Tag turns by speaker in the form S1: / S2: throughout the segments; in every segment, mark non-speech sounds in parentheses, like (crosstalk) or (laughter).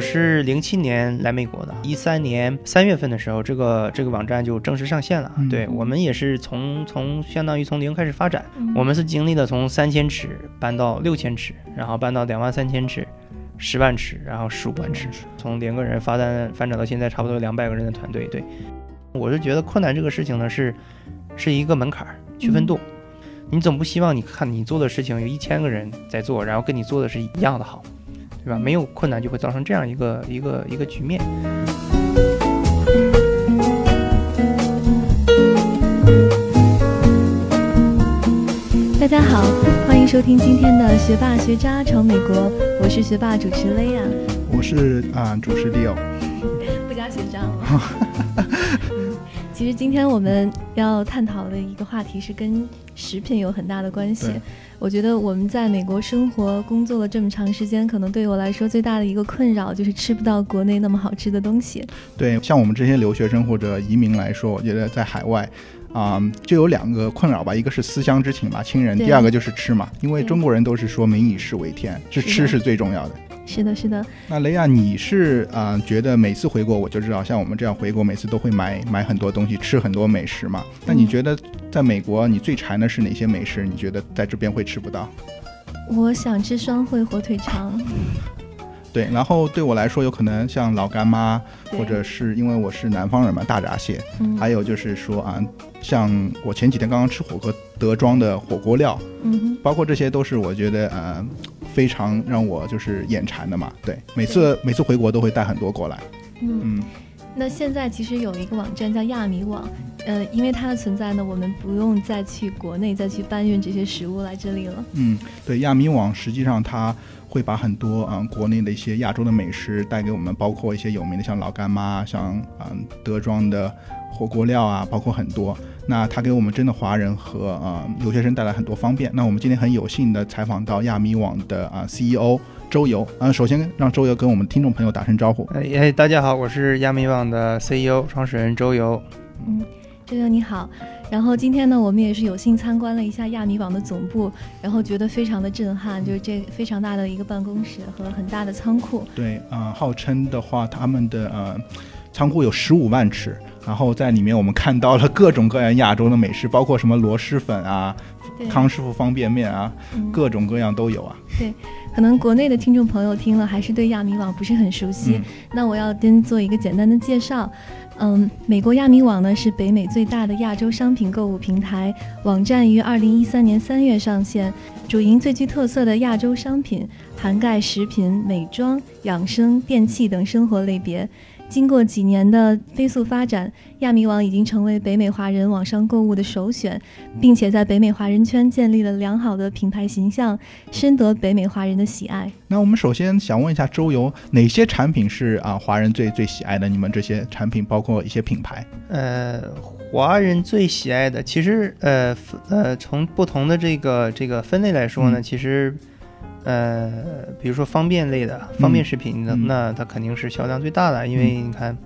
S1: 是零七年来美国的，一三年三月份的时候，这个这个网站就正式上线了。
S2: 嗯
S1: 对我们也是从从相当于从零开始发展，
S3: 嗯
S1: 我们是经历了从三千尺搬到六千尺，然后搬到两万三千尺。十万尺，然后十五万尺，从零个人发展发展到现在差不多两百个人的团队。对，我是觉得困难这个事情呢是是一个门槛儿区分度，你总不希望你看你做的事情有一千个人在做，然后跟你做的是一样的好，对吧？没有困难就会造成这样一个一个一个局面。
S3: 大家好，欢迎收听今天的《学霸学渣闯美国》，我是学霸主持薇娅，
S2: 我是啊、主持 Leo，
S3: 不加学渣了。其实今天我们要探讨的一个话题是跟食品有很大的关系
S2: 对。
S3: 我觉得我们在美国生活工作了这么长时间，可能对我来说最大的一个困扰就是吃不到国内那么好吃的东西。
S2: 对，像我们这些留学生或者移民来说，我觉得在海外。啊、就有两个困扰吧，一个是思乡之情吧，亲人；
S3: 对
S2: 第二个就是吃嘛，因为
S3: 对
S2: 中国人都是说民以食为天，是
S3: 是
S2: 吃
S3: 的
S2: 是最重要的。
S3: 是的，是的，
S2: 那雷亚，你是啊、觉得每次回国，我就知道，像我们这样回国，每次都会买买很多东西，吃很多美食嘛。那你
S3: 嗯
S2: 觉得在美国，你最馋的是哪些美食？你觉得在这边会吃不到？
S3: 我想吃双汇火腿肠，
S2: 对，然后对我来说，有可能像老干妈，
S3: 对
S2: 或者是因为我是南方人嘛，大闸蟹，
S3: 嗯
S2: 还有就是说啊，像我前几天刚刚吃火锅德庄的火锅料，
S3: 嗯哼。
S2: 包括这些都是我觉得呃非常让我就是眼馋的嘛。对，每次每次回国都会带很多过来。
S3: 嗯
S2: 嗯，
S3: 那现在其实有一个网站叫亚米网，呃，因为它的存在呢，我们不用再去国内再去搬运这些食物来这里了。
S2: 嗯，对，亚米网实际上它会把很多嗯、呃国内的一些亚洲的美食带给我们，包括一些有名的像老干妈，像嗯、德庄的火锅料啊，包括很多。那它给我们真的华人和呃留学生带来很多方便。那我们今天很有幸的采访到亚米网的啊、呃 CEO 周游，啊、首先让周游跟我们听众朋友打声招呼。
S1: 哎哎，大家好，我是亚米网的 CEO 创始人周游。
S3: 周游你好，然后今天呢，我们也是有幸参观了一下亚米网的总部，然后觉得非常的震撼，就是这非常大的一个办公室和很大的仓库。
S2: 对，呃，号称的话，他们的呃仓库有十五万尺，然后在里面我们看到了各种各样亚洲的美食，包括什么螺蛳粉啊、
S3: 对，
S2: 康师傅方便面啊，
S3: 嗯
S2: 各种各样都有啊。
S3: 可能国内的听众朋友听了还是对亚米网不是很熟悉，
S2: 嗯，
S3: 那我要跟做一个简单的介绍。嗯，美国亚米网呢是北美最大的亚洲商品购物平台，网站于二零一三年三月上线，主营最具特色的亚洲商品，涵盖食品、美妆、养生、电器等生活类别。经过几年的飞速发展，亚米网已经成为北美华人网上购物的首选，并且在北美华人圈建立了良好的品牌形象，深得北美华人的喜爱。
S2: 那我们首先想问一下周游，哪些产品是啊、华人最最喜爱的？你们这些产品包括一些品牌，
S1: 呃，华人最喜爱的，其实呃分呃，从不同的这个这个分类来说呢，
S2: 嗯
S1: 其实呃，比如说方便类的方便食品的，
S2: 嗯
S1: 那它肯定是销量最大的，因为你看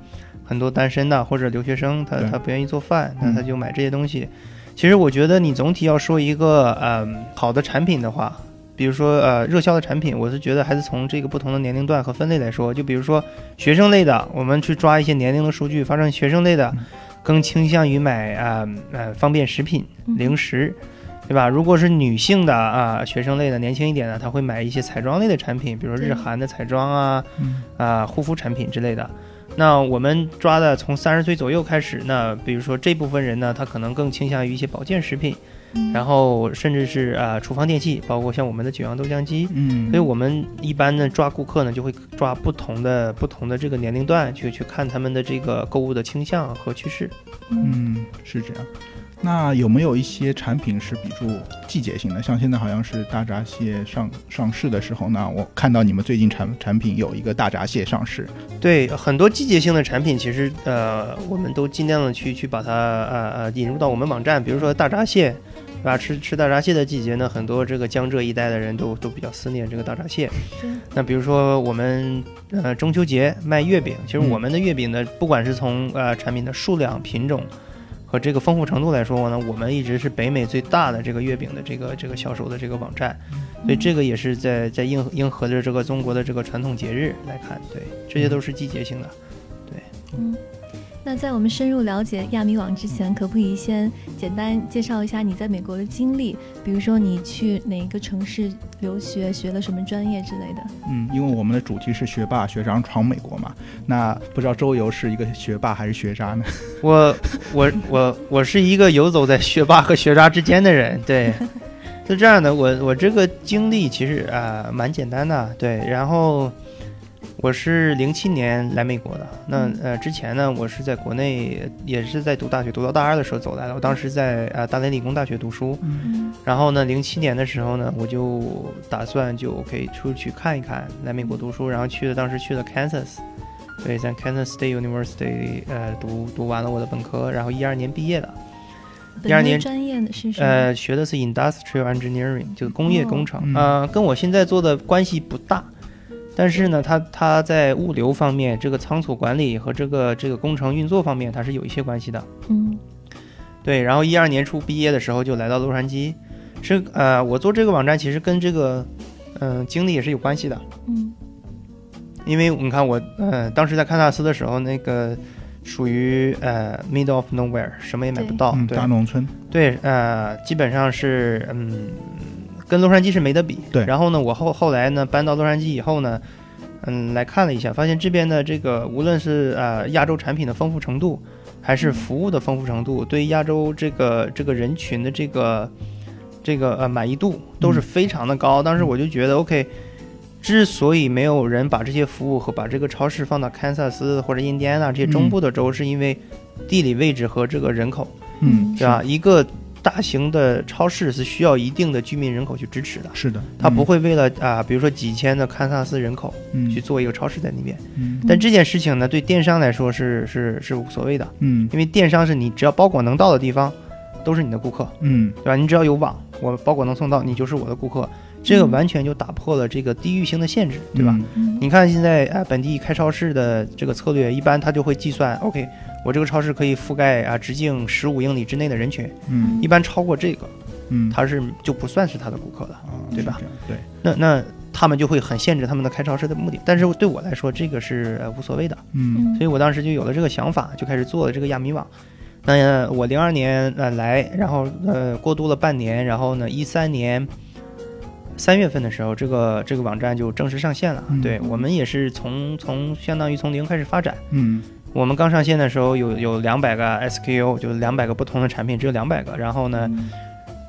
S1: 很多单身的或者留学生，他
S2: 对
S1: 他不愿意做饭，那
S2: 嗯
S1: 他就买这些东西。其实我觉得你总体要说一个嗯、好的产品的话，比如说呃热销的产品，我是觉得还是从这个不同的年龄段和分类来说，就比如说学生类的，我们去抓一些年龄的数据，发现学生类的
S2: 嗯
S1: 更倾向于买啊呃方便食品、
S3: 嗯
S1: 零食，对吧？如果是女性的啊、学生类的年轻一点的，她会买一些彩妆类的产品，比如说日
S3: 对
S1: 韩的彩妆啊
S2: 嗯，
S1: 啊、护肤产品之类的。那我们抓的从三十岁左右开始，那比如说这部分人呢，他可能更倾向于一些保健食品，
S3: 嗯
S1: 然后甚至是啊、厨房电器，包括像我们的九阳豆浆机，
S2: 嗯
S1: 所以我们一般呢抓顾客呢，就会抓不同的不同的这个年龄段去去看他们的这个购物的倾向和趋势。
S2: 嗯，是这样。那有没有一些产品是比如季节性的？像现在好像是大闸蟹上上市的时候呢，我看到你们最近产产品有一个大闸蟹上市，
S1: 对很多季节性的产品，其实呃我们都尽量的去去把它呃呃引入到我们网站，比如说大闸蟹。对吧？吃吃大闸蟹的季节呢，很多这个江浙一带的人都都比较思念这个大闸蟹
S3: 对。
S1: 那比如说我们呃中秋节卖月饼，其实
S2: 嗯
S1: 我们的月饼呢，不管是从呃产品的数量、品种，和这个丰富程度来说呢，我们一直是北美最大的这个月饼的这个这个销售的这个网站，所以这个也是在在应应和着这个中国的这个传统节日来看，对，这些都是季节性的。
S3: 嗯，那在我们深入了解亚米网之前，可不可以先简单介绍一下你在美国的经历？比如说你去哪个城市留学，学了什么专业之类的？
S2: 嗯，因为我们的主题是学霸学长闯美国嘛，那不知道周游是一个学霸还是学渣呢？
S1: 我我我我是一个游走在学霸和学渣之间的人，对，是这样的。我我这个经历其实啊、呃蛮简单的，对。然后我是零七年来美国的，那
S3: 嗯
S1: 呃之前呢，我是在国内也是在读大学，读到大二的时候走来的。我当时在啊、呃大连理工大学读书，
S3: 嗯
S1: 然后呢，零七年的时候呢，我就打算就可以出去看一看，来美国读书，然后去了当时去了 Kansas，对，在 Kansas State University 呃读读完了我的本科，然后一二年毕业的，第二
S3: 本科
S1: 年
S3: 专业是什么？
S1: 呃，学的是 Industrial Engineering，就是工业工
S3: 嗯
S1: 程，
S2: 哦
S1: 呃，跟我现在做的关系不大。但是呢，它它在物流方面，这个仓储管理和这个这个工程运作方面，它是有一些关系的。
S3: 嗯
S1: 对，然后一二年初毕业的时候就来到洛杉矶，是呃，我做这个网站其实跟这个嗯、呃经历也是有关系的，
S3: 嗯
S1: 因为你看我呃当时在堪萨斯的时候，那个属于呃 mid of nowhere，什么也买不
S3: 对
S1: 到，
S2: 嗯，
S1: 对、
S2: 大农村，
S1: 对，呃，基本上是嗯跟洛杉矶是没得比。
S2: 对
S1: 然后呢，我后后来呢搬到洛杉矶以后呢。嗯，来看了一下，发现这边的这个无论是呃亚洲产品的丰富程度，还
S2: 嗯
S1: 是服务的丰富程度，对亚洲这个这个人群的这个这个呃满意度都是
S2: 嗯
S1: 非常的高。当时我就觉得，OK，之所以没有人把这些服务和把这个超市放到堪萨斯或者印第安纳这些中
S2: 嗯
S1: 部的州，是因为地理位置和这个人口。
S2: 嗯，
S1: 对吧？一个大型的超市是需要一定的居民人口去支持的，
S2: 是的，
S1: 它不会为了啊、比如说几千的堪萨斯人口
S2: 嗯
S1: 去做一个超市在那边。
S2: 嗯
S1: 但这件事情呢，对电商来说是是是无所谓的，
S2: 嗯
S1: 因为电商是你只要包裹能到的地方，都是你的顾客，
S2: 嗯
S1: 对吧？你只要有网，我包裹能送到，你就是我的顾客。这个
S3: 嗯
S1: 完全就打破了这个地域性的限制，对吧？？
S3: 嗯
S1: 你看现在啊、本地开超市的这个策略，一般它就会计算，OK，我这个超市可以覆盖啊、直径十五英里之内的人群，
S2: 嗯
S1: 一般超过这个，
S2: 嗯，
S1: 他是就不算是他的顾客了。
S2: 啊
S1: 对吧？
S2: 是这样对，
S1: 那那他们就会很限制他们的开超市的目的。但是对我来说，这个是呃无所谓的，
S2: 嗯
S1: 所以我当时就有了这个想法，就开始做了这个亚米网。那、呃我零二年呃来，然后呃过渡了半年，然后呢一三年三月份的时候，这个这个网站就正式上线了。
S2: 嗯
S1: 对我们也是从从相当于从零开始发展。
S2: 嗯
S1: 我们刚上线的时候有有两百个 SKU，就两百个不同的产品，只有两百个。然后呢，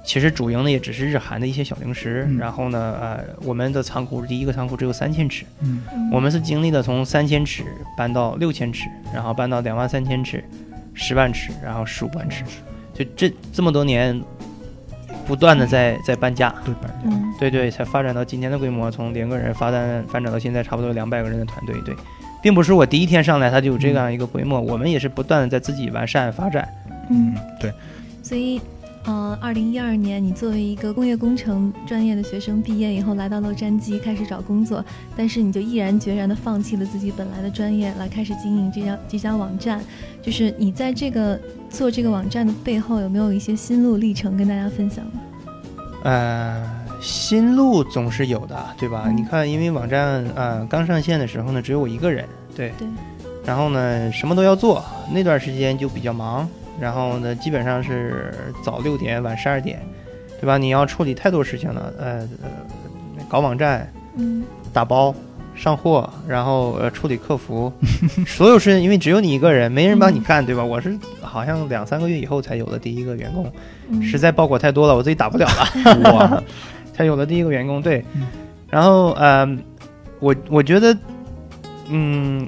S1: 其实主营的也只是日韩的一些小零食。
S2: 嗯
S1: 然后呢，呃，我们的仓库第一个仓库只有三千尺，
S2: 嗯
S1: 我们是经历了从三千尺搬到六千尺，然后搬到两万三千尺、十万尺，然后十五
S2: 嗯
S1: 万尺，就这这么多年，不断的在在搬家。
S2: 对吧？
S3: 嗯
S1: 对对，才发展到今天的规模，从零个人发展发展到现在差不多两百个人的团队，对，并不是我第一天上来它就有这样一个规模，我们也是不断的在自己完善发展。
S3: 嗯
S2: 嗯，对，
S3: 所以，呃，二零一二年你作为一个工业工程专业的学生毕业以后，来到洛杉矶开始找工作，但是你就毅然决然的放弃了自己本来的专业，来开始经营这家这家网站。就是你在这个做这个网站的背后，有没有一些心路历程跟大家分享呢？
S1: 呃，新路总是有的，对吧？你看，因为网站呃刚上线的时候呢，只有我一个人，对，
S3: 对，
S1: 然后呢什么都要做，那段时间就比较忙，然后呢基本上是早六点晚十二点，对吧？你要处理太多事情了，呃呃，搞网站，
S3: 嗯
S1: 打包、上货，然后呃处理客服，所有事情，因为只有你一个人，没人帮你干，对吧？我是好像两三个月以后才有的第一个员工，
S3: 嗯，
S1: 实在包裹太多了，我自己打不了了，
S2: 哇，
S1: 才有了第一个员工。对
S2: 嗯，
S1: 然后呃，我我觉得，嗯，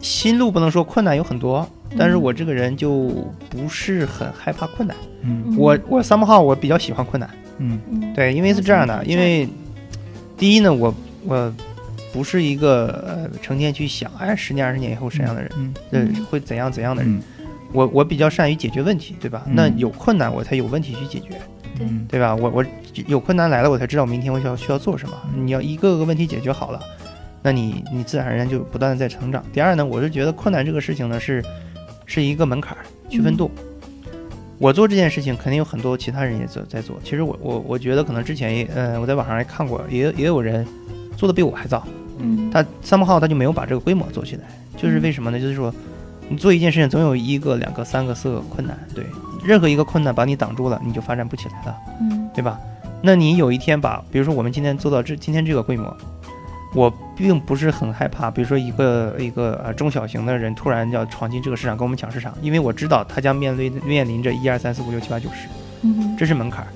S1: 心路不能说困难有很多，但是
S3: 嗯
S1: 我这个人就不是很害怕困难，
S2: 嗯
S3: 嗯
S1: 我我 somehow 我比较喜欢困难。
S2: 嗯
S3: 嗯
S1: 对，因为是这样的，
S3: 嗯
S1: 因为第一呢，我我不是一个呃成天去想哎十年二十年以后什么样的人，
S2: 嗯
S1: 呃
S3: 嗯
S1: 会怎样怎样的人，
S2: 嗯
S1: 我我比较善于解决问题，对吧？
S2: 嗯
S1: 那有困难我才有问题去解决，
S3: 对
S2: 嗯
S1: 对吧？我我有困难来了，我才知道明天我需要需要做什么。
S2: 嗯
S1: 你要一个个问题解决好了，那你你自然而然就不断的在成长。第二呢，我是觉得困难这个事情呢是是一个门槛儿区分度。我做这件事情，肯定有很多其他人也在在做。其实我我我觉得可能之前也，嗯、我在网上也看过，也有也有人做的比我还早。
S3: 嗯，
S1: 他三木号他就没有把这个规模做起来，就是为什么呢？就是说，你做一件事情总有一个、两个、三个、四个困难，对，任何一个困难把你挡住了，你就发展不起来了，
S3: 嗯
S1: 对吧？那你有一天把，比如说我们今天做到这今天这个规模，我并不是很害怕，比如说一个一个呃中小型的人突然要闯进这个市场跟我们抢市场，因为我知道他将面对面临着一二三四五六七八九十，
S3: 嗯，
S1: 这是门槛儿，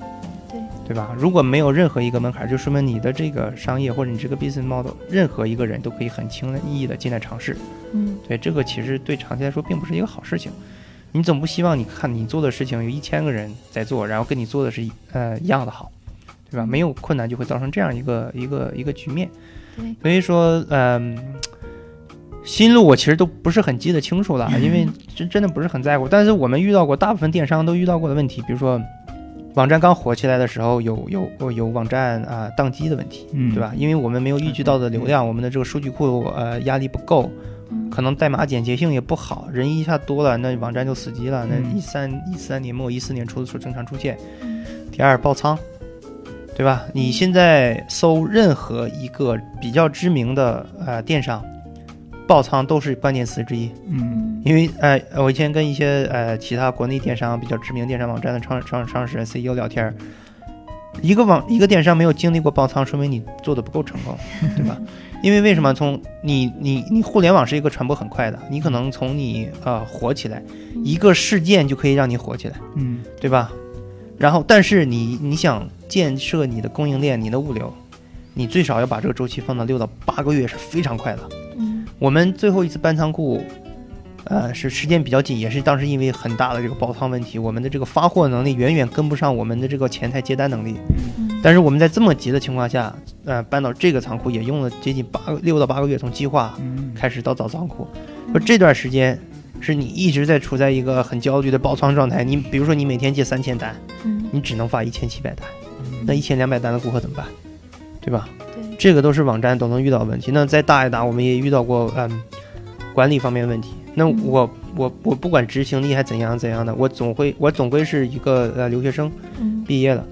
S3: 对
S1: 对吧？如果没有任何一个门槛儿，就说明你的这个商业或者你这个 business model，任何一个人都可以很轻易的进来尝试。
S3: 嗯
S1: 对，这个其实对长期来说并不是一个好事情。你总不希望你看你做的事情有一千个人在做，然后跟你做的是一呃一样的好，对吧？没有困难就会造成这样一个一个一个局面。
S3: 对，
S1: 所以说，嗯、心路我其实都不是很记得清楚了，因为真真的不是很在乎。但是我们遇到过大部分电商都遇到过的问题，比如说网站刚火起来的时候，有有有网站啊、宕机的问题，
S2: 嗯
S1: 对吧？因为我们没有预计到的流量，我们的这个数据库呃压力不够，
S3: 嗯
S1: 可能代码简洁性也不好，人一下多了，那网站就死机了。那
S2: 嗯
S1: 一三一三年末一四年初的时候正常出现。
S3: 嗯
S1: 第二，爆仓，对吧？你现在搜任何一个比较知名的呃电商，爆仓都是关键词之一。
S2: 嗯
S3: 嗯
S1: 因为呃，我以前跟一些呃其他国内电商比较知名电商网站的创创创始人 CEO 聊天儿，一个网一个电商没有经历过爆仓，说明你做的不够成功，对吧？因为为什么从你你你互联网是一个传播很快的，你可能从你呃火起来，一个事件就可以让你火起来，
S2: 嗯
S1: 对吧？然后，但是你你想建设你的供应链、你的物流，你最少要把这个周期放到六到八个月是非常快的。
S3: 嗯
S1: 我们最后一次搬仓库，呃，是时间比较紧，也是当时因为很大的这个爆仓问题，我们的这个发货能力远远跟不上我们的这个前台接单能力。
S3: 嗯，
S1: 但是我们在这么急的情况下，呃，搬到这个仓库也用了接近八个六到八个月，从计划
S2: 嗯
S1: 开始到早仓库，说这段时间。是你一直在处在一个很焦虑的爆仓状态，你比如说你每天接三千单，
S3: 嗯
S1: 你只能发一千七百单，那一千两百单的顾客怎么办？对吧？
S3: 对，
S1: 这个都是网站都能遇到的问题。那再大一打，我们也遇到过嗯管理方面的问题。那
S3: 嗯
S1: 我我我不管执行力还怎样怎样的，我总会我总归是一个呃留学生
S3: 嗯
S1: 毕业了，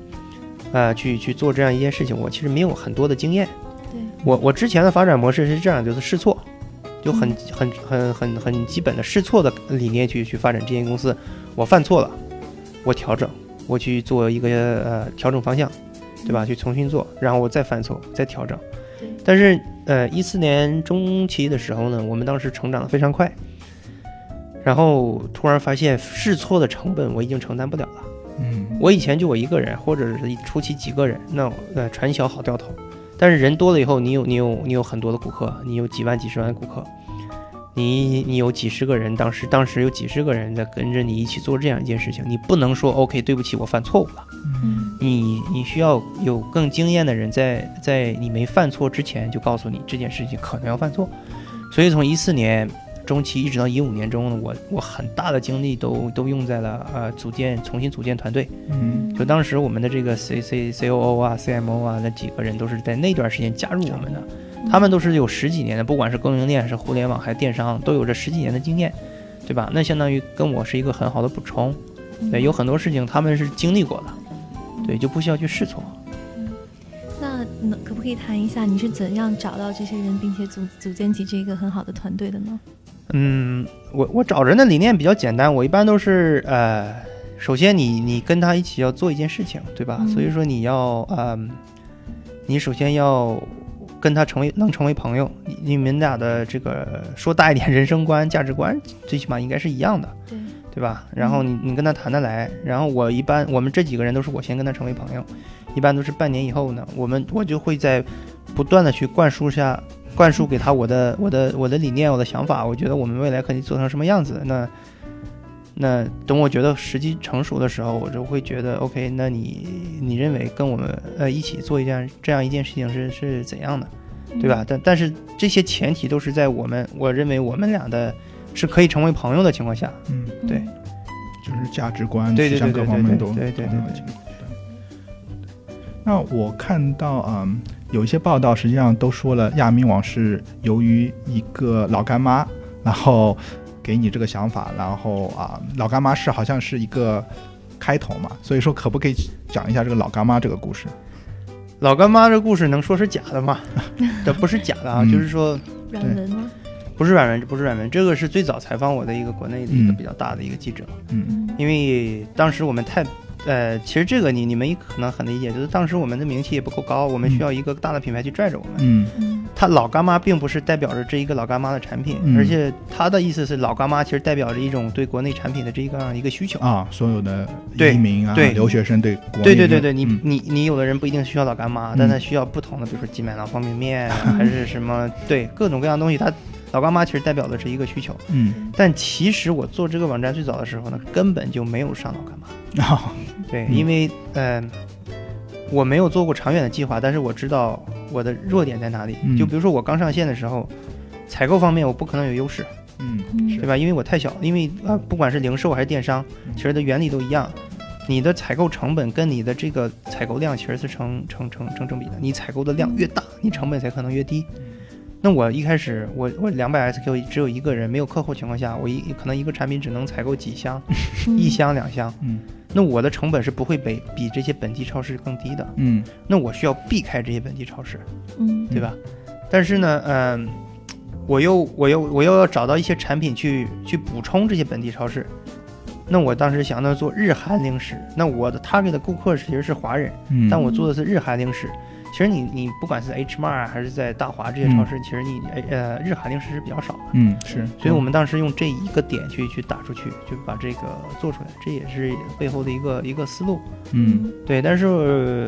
S1: 呃去去做这样一件事情，我其实没有很多的经验。
S3: 对，
S1: 我我之前的发展模式是这样，就是试错，就很
S3: 嗯
S1: 很很很很基本的试错的理念去去发展这间公司。我犯错了，我调整，我去做一个呃调整方向，对吧？去重新做，然后我再犯错，再调整
S3: 嗯对。
S1: 但是呃，一四年中期的时候呢，我们当时成长的非常快，然后突然发现试错的成本我已经承担不了了。
S2: 嗯
S1: 我以前就我一个人，或者是初期几个人，那呃传销好掉头。但是人多了以后，你有你有你有很多的顾客，你有几万几十万的顾客，你你有几十个人，当时当时有几十个人在跟着你一起做这样一件事情，你不能说 OK，对不起，我犯错误了。
S3: 嗯
S1: 你你需要有更经验的人在在你没犯错之前就告诉你这件事情可能要犯错。所以从一四年中期一直到一五年中呢，我我很大的精力都都用在了呃组建重新组建团队。
S2: 嗯
S1: 就当时我们的这个 C C C O O 啊、C M O 啊，那几个人都是在那段时间加入我们的，
S3: 嗯
S1: 他们都是有十几年的，不管是供应链、还是互联网还是电商，都有着十几年的经验，对吧？那相当于跟我是一个很好的补充，对，有很多事情他们是经历过的，对，就不需要去试错。
S3: 那能可不可以谈一下你是怎样找到这些人，并且组组建起这个很好的团队的呢？
S1: 嗯，我我找人的理念比较简单，我一般都是呃，首先你你跟他一起要做一件事情，对吧？
S3: 嗯
S1: 所以说你要嗯、你首先要跟他成为能成为朋友，你你们俩的这个说大一点，人生观、价值观最起码应该是一样的，
S3: 对，
S1: 对吧？然后你你跟他谈得来，然后我一般我们这几个人都是我先跟他成为朋友，一般都是半年以后呢，我们我就会在不断的去灌输下，灌输给他我的我的我的理念、我的想法，我觉得我们未来可以做成什么样子。那那等我觉得时机成熟的时候，我就会觉得 OK，那你你认为跟我们呃一起做一件这样一件事情是是怎样的，对吧？？但但是这些前提都是在我们我认为我们俩的是可以成为朋友的情况下，
S2: 嗯，
S1: 对，
S2: 就是价值观、
S1: 对
S2: 取
S1: 对
S2: 向
S1: 对
S2: 各
S1: 对
S2: 方面都
S1: 对对对
S2: 都有情况对那我看到，嗯，有一些报道实际上都说了，亚米网是由于一个老干妈，呃然后给你这个想法，然后啊，老干妈是好像是一个开头嘛，所以说可不可以讲一下这个老干妈这个故事？
S1: 老干妈这故事能说是假的吗？ (laughs) 这不是假的啊，
S2: 嗯
S1: 就是说
S3: 软文吗？
S1: 不是软文，不是软文，这个是最早采访我的一个国内的一个
S2: 嗯
S1: 比较大的一个记者，
S2: 嗯
S3: 嗯
S1: 因为当时我们太。呃，其实这个你你们也可能很理解，就是当时我们的名气也不够高，我们需要一个大的品牌去拽着我们。
S2: 嗯
S3: 嗯
S1: 它老干妈并不是代表着这一个老干妈的产品，
S2: 嗯
S1: 而且它的意思是老干妈其实代表着一种对国内产品的这一个一个需求。
S2: 啊，所有的
S1: 对
S2: 移民啊，
S1: 对
S2: 留学生对国内
S1: 对对
S2: 的
S1: 对对，你、
S2: 嗯
S1: 你你有的人不一定需要老干妈，
S2: 嗯
S1: 但他需要不同的，比如说金麦郎方便
S2: (laughs)
S1: 面啊，还是什么，对各种各样的东西，它老干妈其实代表的是一个需求。
S2: 嗯
S1: 但其实我做这个网站最早的时候呢，根本就没有上老干妈。
S2: 啊
S1: 对，
S2: 嗯
S1: 因为呃，我没有做过长远的计划，但是我知道我的弱点在哪里。
S2: 嗯
S1: 就比如说我刚上线的时候，采购方面我不可能有优势，
S2: 嗯 (laughs)
S3: 嗯
S1: 对吧？因为我太小，因为啊、呃不管是零售还是电商，其实的原理都一样。你的采购成本跟你的这个采购量其实是成成成成正比的。你采购的量越大，你成本才可能越低。那我一开始我我两百 SQ 只有一个人，没有客户情况下，我一可能一个产品只能采购几箱，
S3: 嗯
S1: 一箱两箱。
S2: 嗯
S1: 那我的成本是不会比比这些本地超市更低的。
S2: 嗯
S1: 那我需要避开这些本地超市，
S3: 嗯
S1: 对吧？但是呢，嗯、我又我又我又要找到一些产品去去补充这些本地超市。那我当时想到做日韩零食，那我的 target 的顾客其实是华人，
S2: 嗯，
S1: 但我做的是日韩零食。其实你你不管是在 H Mart 啊还是在大华这些超市，其实你呃日韩零食是比较少的。
S2: 嗯是，
S1: 所以我们当时用这一个点去去打出去，就把这个做出来，这也是背后的一个一个思路。
S2: 嗯
S1: 对，但是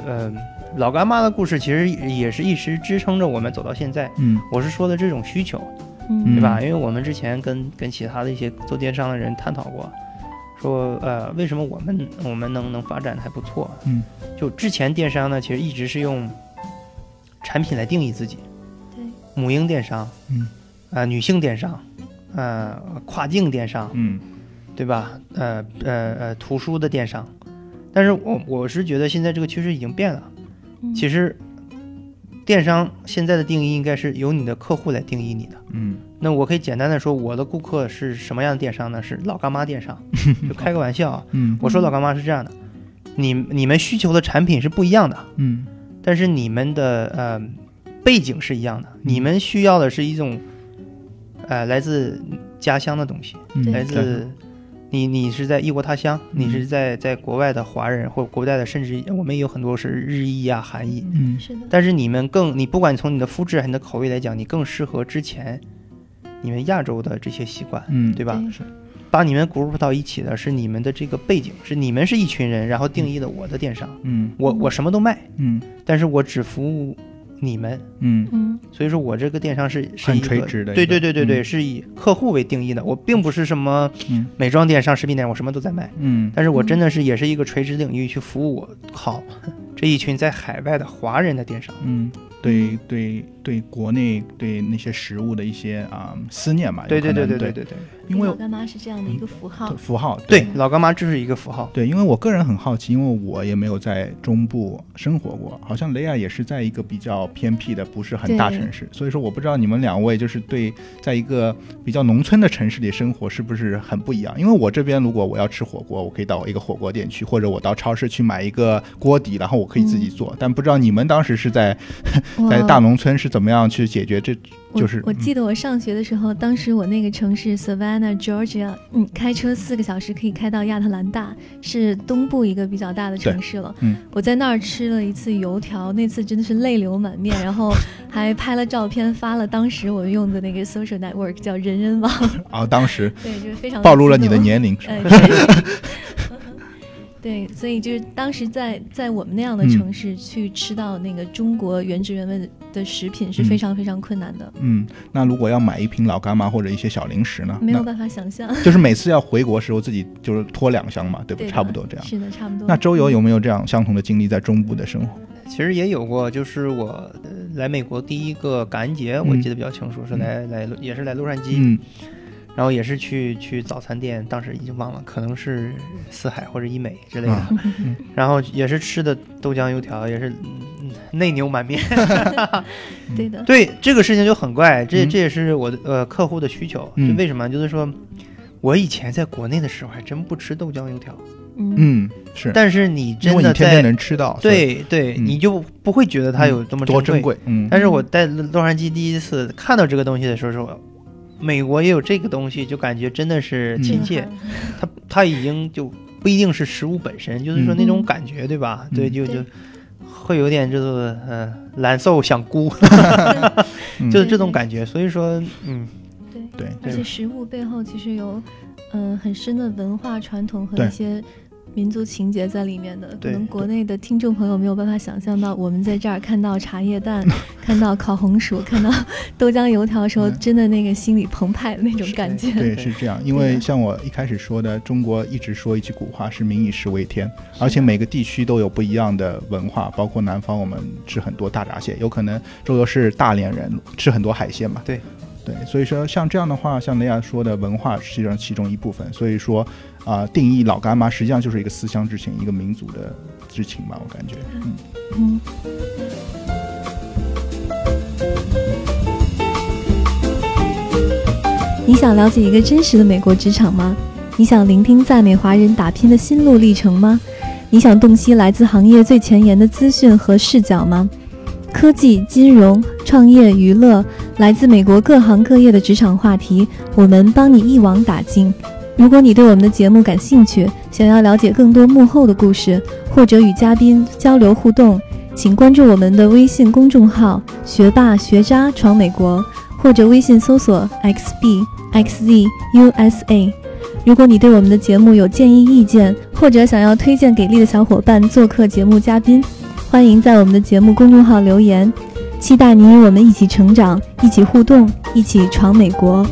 S1: 呃，老干妈的故事其实也是一直支撑着我们走到现在。
S2: 嗯
S1: 我是说的这种需求，
S3: 嗯
S1: 对吧？因为我们之前跟跟其他的一些做电商的人探讨过，说呃，为什么我们我们能能发展的还不错？
S2: 嗯，
S1: 就之前电商呢，其实一直是用产品来定义自己，
S3: 对，
S1: 母婴电商，
S2: 嗯，
S1: 呃，女性电商，呃，跨境电商，
S2: 嗯
S1: 对吧？呃呃呃，图书的电商，但是我我是觉得现在这个趋势已经变了。
S3: 嗯
S1: 其实，电商现在的定义应该是由你的客户来定义你的。
S2: 嗯
S1: 那我可以简单的说，我的顾客是什么样的电商呢？是老干妈电商，就开个玩笑啊。
S2: 嗯
S1: 我说老干妈是这样的，你你们需求的产品是不一样的，
S2: 嗯
S1: 但是你们的呃背景是一样的，你们需要的是一种呃来自家乡的东西。
S2: 嗯，
S1: 来自你，你是在异国他乡，你是
S2: 嗯
S1: 在在国外的华人或者国外的，甚至我们也有很多是日裔啊、韩裔，
S2: 嗯
S3: 是的，
S1: 但是你们更，你不管从你的肤质还是你的口味来讲，你更适合之前你们亚洲的这些习惯，
S2: 嗯
S1: 对吧？
S3: 对
S2: 是
S1: 把你们 group 到一起的是你们的这个背景，是你们是一群人，然后定义的我的电商，
S2: 嗯
S1: 我我什么都卖，
S2: 嗯
S1: 但是我只服务你们。
S2: 嗯
S3: 嗯
S1: 所以说我这个电商是是
S2: 很
S1: 一个
S2: 垂直的一
S1: 对
S2: 个
S1: 对对对对，
S2: 嗯
S1: 是以客户为定义的。我并不是什么
S2: 嗯
S1: 美妆电商、食品电商，我什么都在卖。
S2: 嗯
S1: 但是我真的是也是一个垂直领域去服务我靠这一群在海外的华人的电商。
S2: 嗯。对对对，国内对那些食物的一些啊、思念吧，有
S1: 对对
S2: 可
S1: 对
S2: 能
S1: 对
S2: 对
S1: 对对对
S2: 因为
S3: 老干妈是这样的一个符号，
S2: 符号
S1: 对，老干妈就是一个符号。
S2: 对，因为我个人很好奇，因为我也没有在中部生活过，好像雷亚也是在一个比较偏僻的，不是很大城市，所以说我不知道你们两位就是对在一个比较农村的城市里生活是不是很不一样？因为我这边如果我要吃火锅，我可以到一个火锅店去，或者我到超市去买一个锅底，然后我可以自己做。但不知道你们当时是在
S3: 哇
S2: 在大农村是怎么样去解决这？
S3: 我
S2: 就是嗯
S3: 我记得我上学的时候，当时我那个城市 Savannah, Georgia，嗯，开车四个小时可以开到亚特兰大，是东部一个比较大的城市了。
S2: 嗯，
S3: 我在那儿吃了一次油条，那次真的是泪流满面，然后还拍了照片发了当时我用的那个 social network 叫人人
S2: (laughs)
S3: 网，
S2: 啊，当时
S3: 对，嗯就是非常
S2: 暴露了你的
S3: 激动
S2: 年龄，是吧
S3: 呃，对 (laughs) 对，所以就是当时在在我们那样的
S2: 嗯
S3: 城市去吃到那个中国原汁原味的食品是非常非常困难的，
S2: 嗯，那如果要买一瓶老干妈或者一些小零食呢？
S3: 没有
S2: 那
S3: 办法想
S2: (laughs)
S3: 象。
S2: 就是每次要回国时候自己就是拖两箱嘛，对不？
S3: 对的，
S2: 差不多这样。
S3: 是的，差不多。嗯
S2: 那周游有没有这样相同的经历在中部的生活？
S1: 其实也有过，就是我呃来美国第一个感恩节，我
S2: 嗯
S1: 记得比较清楚，是
S2: 嗯
S1: 来来也是来洛杉矶，
S2: 嗯
S1: 然后也是去去早餐店，当时已经忘了，可能是四海或者医美之类的，
S2: 啊，
S1: 然后也是吃的豆浆油条，也是嗯嗯内牛满
S2: (laughs)
S1: 面。
S3: 对的，
S1: 对这个事情就很怪，这
S2: 嗯
S1: 这也是我的呃客户的需求。
S2: 嗯
S1: 就为什么？就是说我以前在国内的时候还真不吃豆浆油条，
S3: 嗯
S2: 嗯，是，
S1: 但是你真
S2: 因为
S1: 的
S2: 你天
S1: 在
S2: 天能吃到，所以
S1: 对对，
S2: 嗯
S1: 你就不会哎觉得它有这么
S2: 多
S1: 珍
S2: 珍。贵，嗯，
S1: 但是我在洛杉矶第一次看到这个东西的时候，说美国也有这个东西，就感觉真的是
S2: 嗯
S1: 亲
S3: 震
S1: 切。
S3: 撼
S1: 它它已经就不一定是食物本身，就是说
S2: 嗯
S1: 那种感觉，对吧？
S2: 嗯
S1: 对，就
S3: 对
S1: 就会有点就是嗯、呃难受想
S2: (laughs)
S1: 哭，
S2: 嗯
S1: 就是这种感觉。所以说，嗯，
S3: 对，
S2: 对，
S3: 而且食物背后其实有嗯、呃很深的文化传统和
S2: 对
S3: 一些民族情节在里面的。可
S1: 对
S3: 能国内的听众朋友没有办法想象到，我们在这儿看到茶叶
S2: (laughs)
S3: 蛋、看到烤红薯、看到豆浆油条的时候，
S2: 嗯
S3: 真的那个心里澎湃的那种
S1: 是
S3: 感 (laughs) 觉。
S2: 对，
S1: 对
S2: 是这样，因
S3: 对
S2: 为
S3: 的
S2: 像我一开始说的，中国一直说一句古话是“民以食为天”，而且每个地区都有不一样的文化，包括南方我们吃很多大闸蟹，有可能周游是大连人，吃很多海鲜嘛。
S1: 对。
S2: 对，所以说像这样的话，像雷亚说的文化实际上其中一部分，所以说啊、定义老干妈实际上就是一个思乡之情，一个民族的之情吧，我感觉。嗯，
S3: 嗯。你想了解一个真实的美国职场吗？你想聆听在美华人打拼的心路历程吗？你想洞悉来自行业最前沿的资讯和视角吗？科技、金融、创业、娱乐，来自美国各行各业的职场话题，我们帮你一网打尽。如果你对我们的节目感兴趣，想要了解更多幕后的故事，或者与嘉宾交流互动，请关注我们的微信公众号“学霸学渣闯美国”，或者微信搜索 xb xz usa。如果你对我们的节目有建议意见，或者想要推荐给力的小伙伴做客节目嘉宾，欢迎在我们的节目公众号留言。期待你与我们一起成长，一起互动，一起闯美国。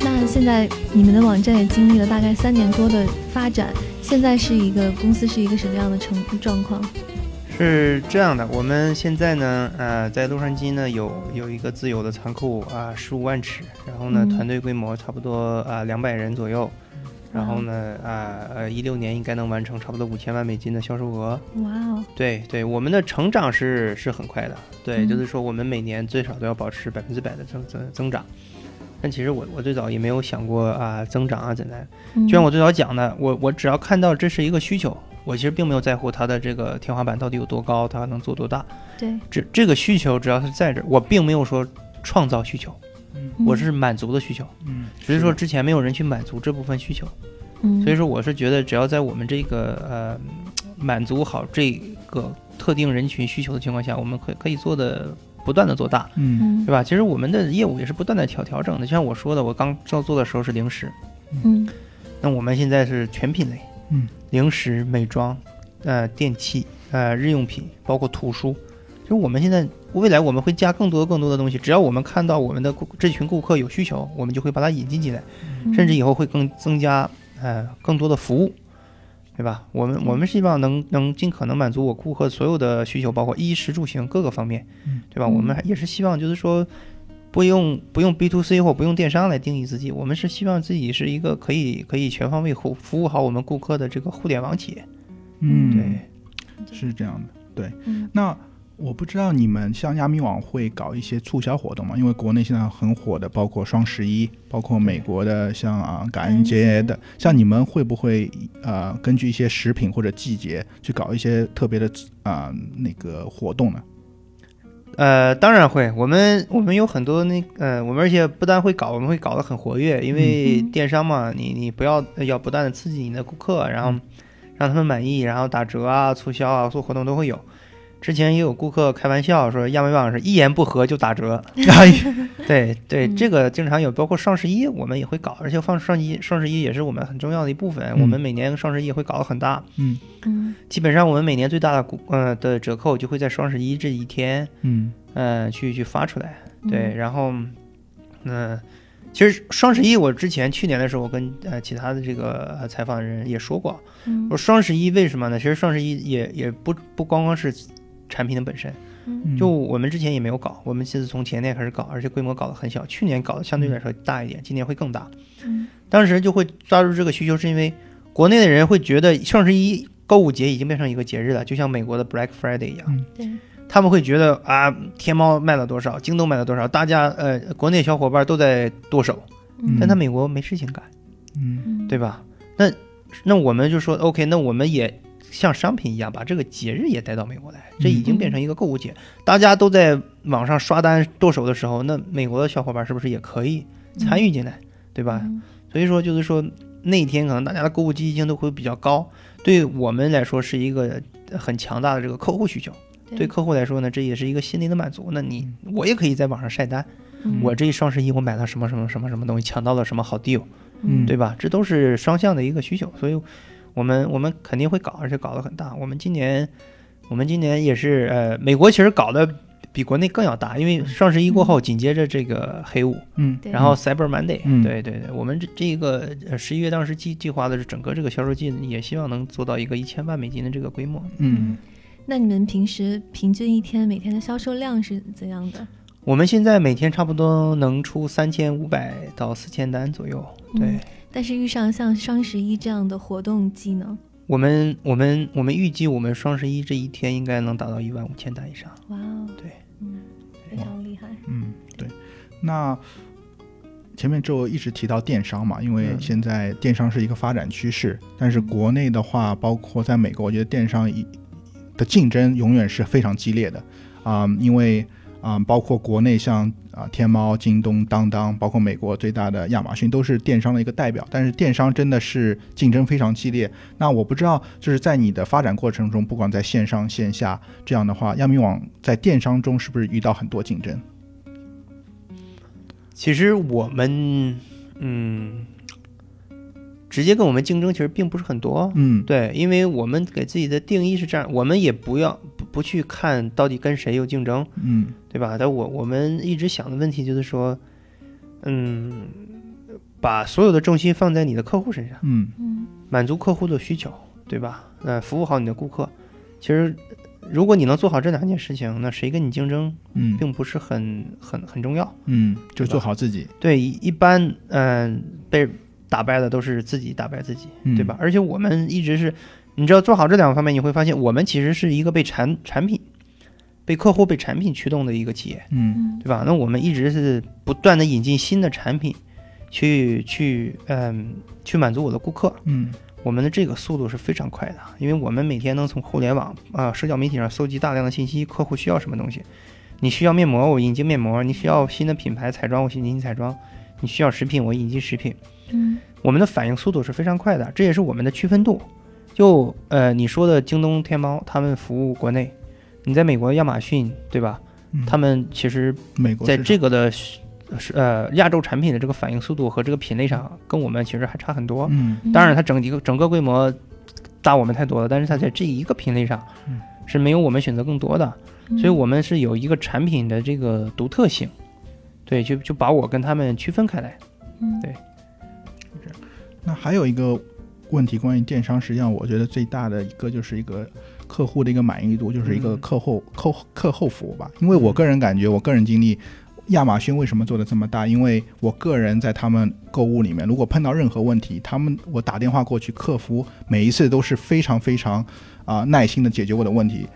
S3: 那现在你们的网站也经历了大概三年多的发展，现在是一个公司是一个什么样的成状况？
S1: 是这样的。我们现在呢，呃，在洛杉矶呢有有一个自有的仓库啊，十、5五万尺，然后呢，
S3: 嗯
S1: 团队规模差不多啊两百人左右。然后呢，啊呃，一六年应该能完成差不多五千万美金的销售额。
S3: 哇哦，
S1: 对对，我们的成长是是很快的，对，
S3: 嗯
S1: 就是说我们每年最少都要保持百分之百的增增增长。但其实我我最早也没有想过啊、增长啊怎样，
S3: 嗯
S1: 就像我最早讲的，我我只要看到这是一个需求，我其实并没有在乎它的这个天花板到底有多高，它能做多大。
S3: 嗯对，
S1: 这这个需求只要是在这儿，我并没有说创造需求，我
S3: 嗯
S1: 是满足的需求，
S2: 嗯，
S1: 只是说之前没有人去满足这部分需求。
S3: 嗯，
S1: 所以
S3: 说
S1: 说，我是觉得只要在我们这个呃满足好这个特定人群需求的情况下，我们可可以做的不断的做大，
S2: 嗯
S3: 嗯
S1: 对吧？其实我们的业务也是不断的调调整的。就像我说的，我刚照做的时候是零食，
S3: 嗯
S1: 那我们现在是全品类，
S2: 嗯，
S1: 零食、美妆、呃电器、呃日用品，包括图书。就是我们现在未来我们会加更多更多的东西，只要我们看到我们的顾这群顾客有需求，我们就会把它引进进来。
S3: 嗯
S1: 甚至以后会更增加呃更多的服务，对吧？我们
S2: 嗯
S1: 我们希望能能尽可能满足我顾客所有的需求，包括衣食住行各个方面
S2: 嗯，
S1: 对吧？我们还也是希望就是说。不用不用 B to C 或不用电商来定义自己，我们是希望自己是一个可以可以全方位服服务好我们顾客的这个互联网企业。
S2: 嗯，
S1: 对，
S2: 是这样的，对。
S3: 嗯
S2: 那我不知道你们像亚米网会搞一些促销活动吗？因为国内现在很火的，包括双十一，包括美国的像啊感恩节的，像你们会不会呃根据一些食品或者季节去搞一些特别的啊、那个活动
S1: (laughs)
S2: 呢？
S1: 呃，当然会，我们我们有很多那呃，我们而且不但会搞，我们会搞得很活跃，因为
S3: 嗯
S1: 电商嘛，你你不要呃要不断的刺激你的顾客，然后
S3: 嗯
S1: 让他们满意，然后打折啊、促销啊、做活动都会有。之前也有顾客开玩笑说，亚美网是一言不合就打
S3: (laughs)
S1: 折，
S2: 哎，
S1: 对对，
S3: 嗯
S1: 这个经常有，包括双十一我们也会搞，而且放双十一双十一也是我们很重要的一部分，我们
S2: 嗯
S1: 每年双十一也会搞得很大，
S2: 嗯
S3: 嗯
S1: 基本上我们每年最大的顾呃的折扣就会在双十一这一天，
S2: 嗯
S1: 呃去去发出来。对，
S3: 嗯
S1: 然后，嗯、其实双十一我之前去年的时候，我跟呃其他的这个呃采访人也说过，
S3: 嗯
S1: 我说双十一为什么呢？其实双十一也也不不光光是产品的本身，
S2: 嗯
S1: 就我们之前也没有搞，我们这是从前年开始搞，而且规模搞得很小。去年搞的相对来说大一点，今年会更大。
S3: 嗯
S1: 当时就会抓住这个需求，是因为国内的人会觉得双十一购物节已经变成一个节日了，就像美国的 Black Friday 一样。
S3: 对，
S1: 他们会觉得啊，天猫卖了多少，京东卖了多少，大家呃，国内小伙伴都在剁手，
S3: 嗯
S1: 但他美国没事情干，
S2: 嗯
S3: 嗯
S1: 对吧？那那我们就说 OK，那我们也像商品一样把这个节日也带到美国来，这已经变成一个购物节，
S3: 嗯
S1: 大家都在网上刷单剁手的时候，那美国的小伙伴是不是也可以参与进来，对吧？
S3: 嗯
S1: 所以说就是说那一天可能大家的购物积极性都会比较高，对我们来说是一个很强大的这个客户需求。
S3: 对
S1: 对客户来说呢，这也是一个心灵的满足。那你我也可以在网上晒单，
S3: 嗯
S1: 我这一双十一我买了什么什么什么什么东西，抢到了什么好 deal，
S2: 嗯
S1: 对吧？这都是双向的一个需求，所以我们我们肯定会搞，而且搞得很大。我们今年我们今年也是呃，美国其实搞的比国内更要大，因为双十一过
S3: 嗯
S1: 后紧接着这个黑五，
S2: 嗯
S3: 对
S1: 然后 Cyber Monday，、
S2: 嗯
S1: 对对对，我们这这个呃十一月当时计计划的是整个这个销售季也希望能做到一个一千万美金的这个规模。
S2: 嗯
S3: 那你们平时平均一天每天的销售量是怎样的？
S1: 我们现在每天差不多能出三千五百到四千单左右。对、
S3: 嗯但是遇上像双十一这样的活动季呢？
S1: 我们，我们我们预计我们双十一这一天应该能达到一万五千单以上。
S3: 哇哦，
S1: 对，
S3: 嗯，非常厉害，
S2: 嗯，对。那前面就一直提到电商嘛，因为
S1: 嗯
S2: 现在电商是一个发展趋势，但是国内的话，包括在美国，我觉得电商一的竞争永远是非常激烈的啊、因为啊、包括国内像啊、天猫、京东、当当，包括美国最大的亚马逊，都是电商的一个代表。但是电商真的是竞争非常激烈。那我不知道，就是在你的发展过程中，不管在线上线下这样的话，亚米网在电商中是不是遇到很多竞争？
S1: 其实我们，嗯，直接跟我们竞争其实并不是很多。
S2: 嗯，
S1: 对，因为我们给自己的定义是这样，我们也不要不不去看到底跟谁有竞争，
S2: 嗯
S1: 对吧？但我我们一直想的问题就是说，嗯，把所有的重心放在你的客户身上。
S2: 嗯
S3: 嗯
S1: 满足客户的需求，对吧？呃，服务好你的顾客。其实，如果你能做好这两件事情，那谁跟你竞争
S2: 嗯
S1: 并不是很很很重要。
S2: 嗯，就
S1: 对吧
S2: 做好自己，
S1: 对，一一般嗯、被打败的都是自己打败自己，
S2: 嗯
S1: 对吧？而且我们一直是，你知道做好这两个方面，你会发现我们其实是一个被产产品、被客户、被产品驱动的一个企业。
S2: 嗯
S3: 嗯
S1: 对吧？那我们一直是不断的引进新的产品，去去嗯去满足我的顾客，
S2: 嗯
S1: 我们的这个速度是非常快的，因为我们每天能从互联网啊、社交媒体上搜集大量的信息，客户需要什么东西，你需要面膜，我引进面膜；你需要新的品牌彩妆，我引进彩妆；你需要食品，我引进食品。
S3: 嗯
S1: 我们的反应速度是非常快的，这也是我们的区分度。就呃你说的京东、天猫，他们服务国内，你在美国亚马逊对吧？
S2: 嗯
S1: 他们其实
S2: 美国
S1: 在
S2: 市场
S1: 这个的是是呃亚洲产品的这个反应速度和这个品类上，跟我们其实还差很多。
S2: 嗯
S3: 嗯
S1: 当然，它整体个整个规模大我们太多了，但是它在这一个品类上
S2: 嗯
S1: 是没有我们选择更多的，
S3: 嗯
S1: 所以我们是有一个产品的这个独特性，对，就就把我跟他们区分开来。
S3: 嗯
S1: 对
S2: 那还有一个问题，关于电商，实际上我觉得最大的一个就是一个客户的一个满意度，就是一个
S1: 嗯
S2: 客后、客客后服务吧。因为我个人感觉，我个人经历，亚马逊为什么做的这么大？因为我个人在他们购物里面，如果碰到任何问题，他们我打电话过去，客服每一次都是非常非常啊、耐心的解决我的问题。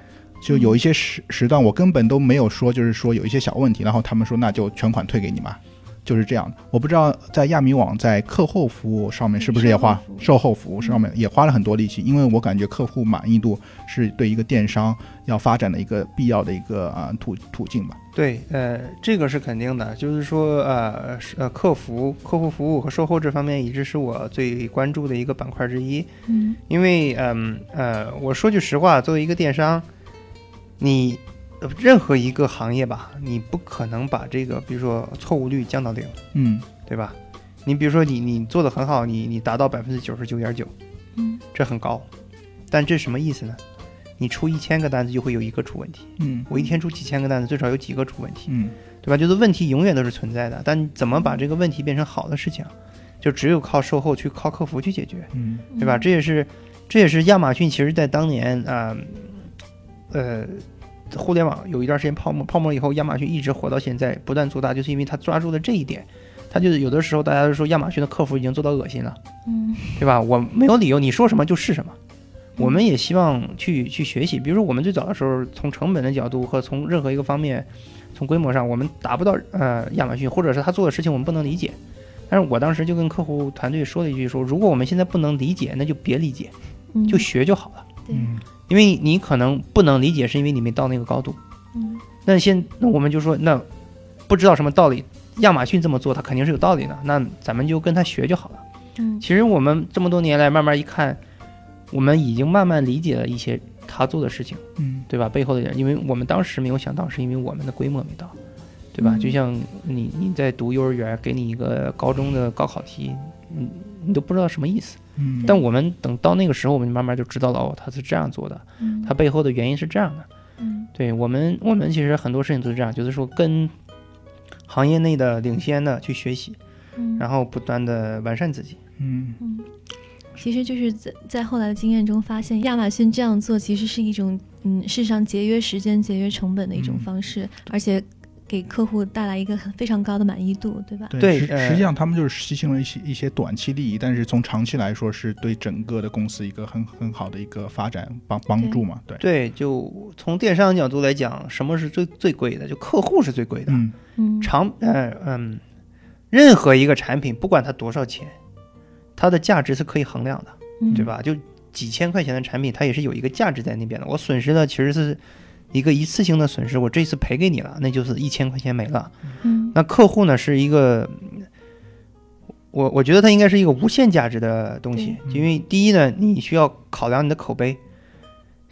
S2: 就有一些时时段，我根本都没有说，就是说有一些小问题，然后他们说那就全款退给你嘛，就是这样的。我不知道在亚米网在客后服务上面是不是也花
S3: 嗯
S2: 售后服务上面也花了很多力气，因为我感觉客户满意度是对一个电商要发展的一个必要的一个啊、途途径吧。
S1: 对，呃，这个是肯定的，就是说，呃，是呃，客服、客户服务和售后这方面一直是我最关注的一个板块之一。
S3: 嗯
S1: 因为嗯呃，我说句实话，作为一个电商，你呃任何一个行业吧，你不可能把这个比如说错误率降到零，
S2: 嗯
S1: 对吧？你比如说你你做的很好，你你达到百分之九十九点九，
S3: 嗯
S1: 这很高，但这什么意思呢？你出一千个单子就会有一个出问题，
S2: 嗯
S1: 我一天出几千个单子，最少有几个出问题，
S2: 嗯
S1: 对吧？就是问题永远都是存在的，但你怎么把这个问题变成好的事情，啊就只有靠售后去靠客服去解决。
S2: 嗯
S1: 对吧？这也是这也是亚马逊其实在当年啊、呃，互联网有一段时间泡沫，泡沫以后亚马逊一直火到现在，不断做大，就是因为它抓住了这一点。它就是有的时候大家都说亚马逊的客服已经做到恶心了，
S3: 嗯
S1: 对吧？我没有理由，你说什么就是什么。我们也希望去去学习，比如说我们最早的时候，从成本的角度和从任何一个方面，从规模上，我们达不到呃亚马逊，或者是他做的事情我们不能理解。但是我当时就跟客户团队说了一句说，如果我们现在不能理解，那就别理解，
S3: 嗯，
S1: 就学就好了。
S2: 嗯
S3: 对，
S1: 因为你可能不能理解，是因为你没到那个高度。
S3: 嗯
S1: 那现那我们就说，那不知道什么道理，亚马逊这么做，它肯定是有道理的。那咱们就跟他学就好了。
S3: 嗯
S1: 其实我们这么多年来，慢慢一看，我们已经慢慢理解了一些他做的事情，
S2: 嗯
S1: 对吧？背后的人，因为我们当时没有想到，是因为我们的规模没到，对吧？
S3: 嗯
S1: 就像你你在读幼儿园，给你一个高中的高考题，你你都不知道什么意思。
S2: 嗯
S1: 但我们等到那个时候，我们慢慢就知道了，哦，他是这样做的，
S3: 嗯，
S1: 他背后的原因是这样的。
S3: 嗯
S1: 对我们，我们其实很多事情都是这样，就是说跟行业内的领先的去学习，
S3: 嗯
S1: 然后不断的完善自己。
S2: 嗯
S3: 嗯，其实就是在在后来的经验中发现，亚马逊这样做其实是一种嗯，事实上节约时间、节约成本的一种
S2: 嗯
S3: 方式，而且给客户带来一个很非常高的满意度，对吧？
S1: 对
S2: 实
S1: 呃
S2: 实际上他们就是牺牲了一些一些短期利益，但是从长期来说是对整个的公司一个很很好的一个发展帮帮助嘛，对，
S1: 对，就从电商角度来讲，什么是最最贵的？就客户是最贵的。
S2: 嗯
S3: 嗯
S1: 长，呃嗯，任何一个产品，不管它多少钱，它的价值是可以衡量的，
S3: 嗯
S1: 对？吧？就几千块钱的产品，它也是有一个价值在那边的。我损失的其实是一个一次性的损失，我这次赔给你了，那就是一千块钱没了。
S3: 嗯
S1: 那客户呢是一个，我我觉得它应该是一个无限价值的东西，
S2: 对
S1: 因为第一呢，你需要考量你的口碑。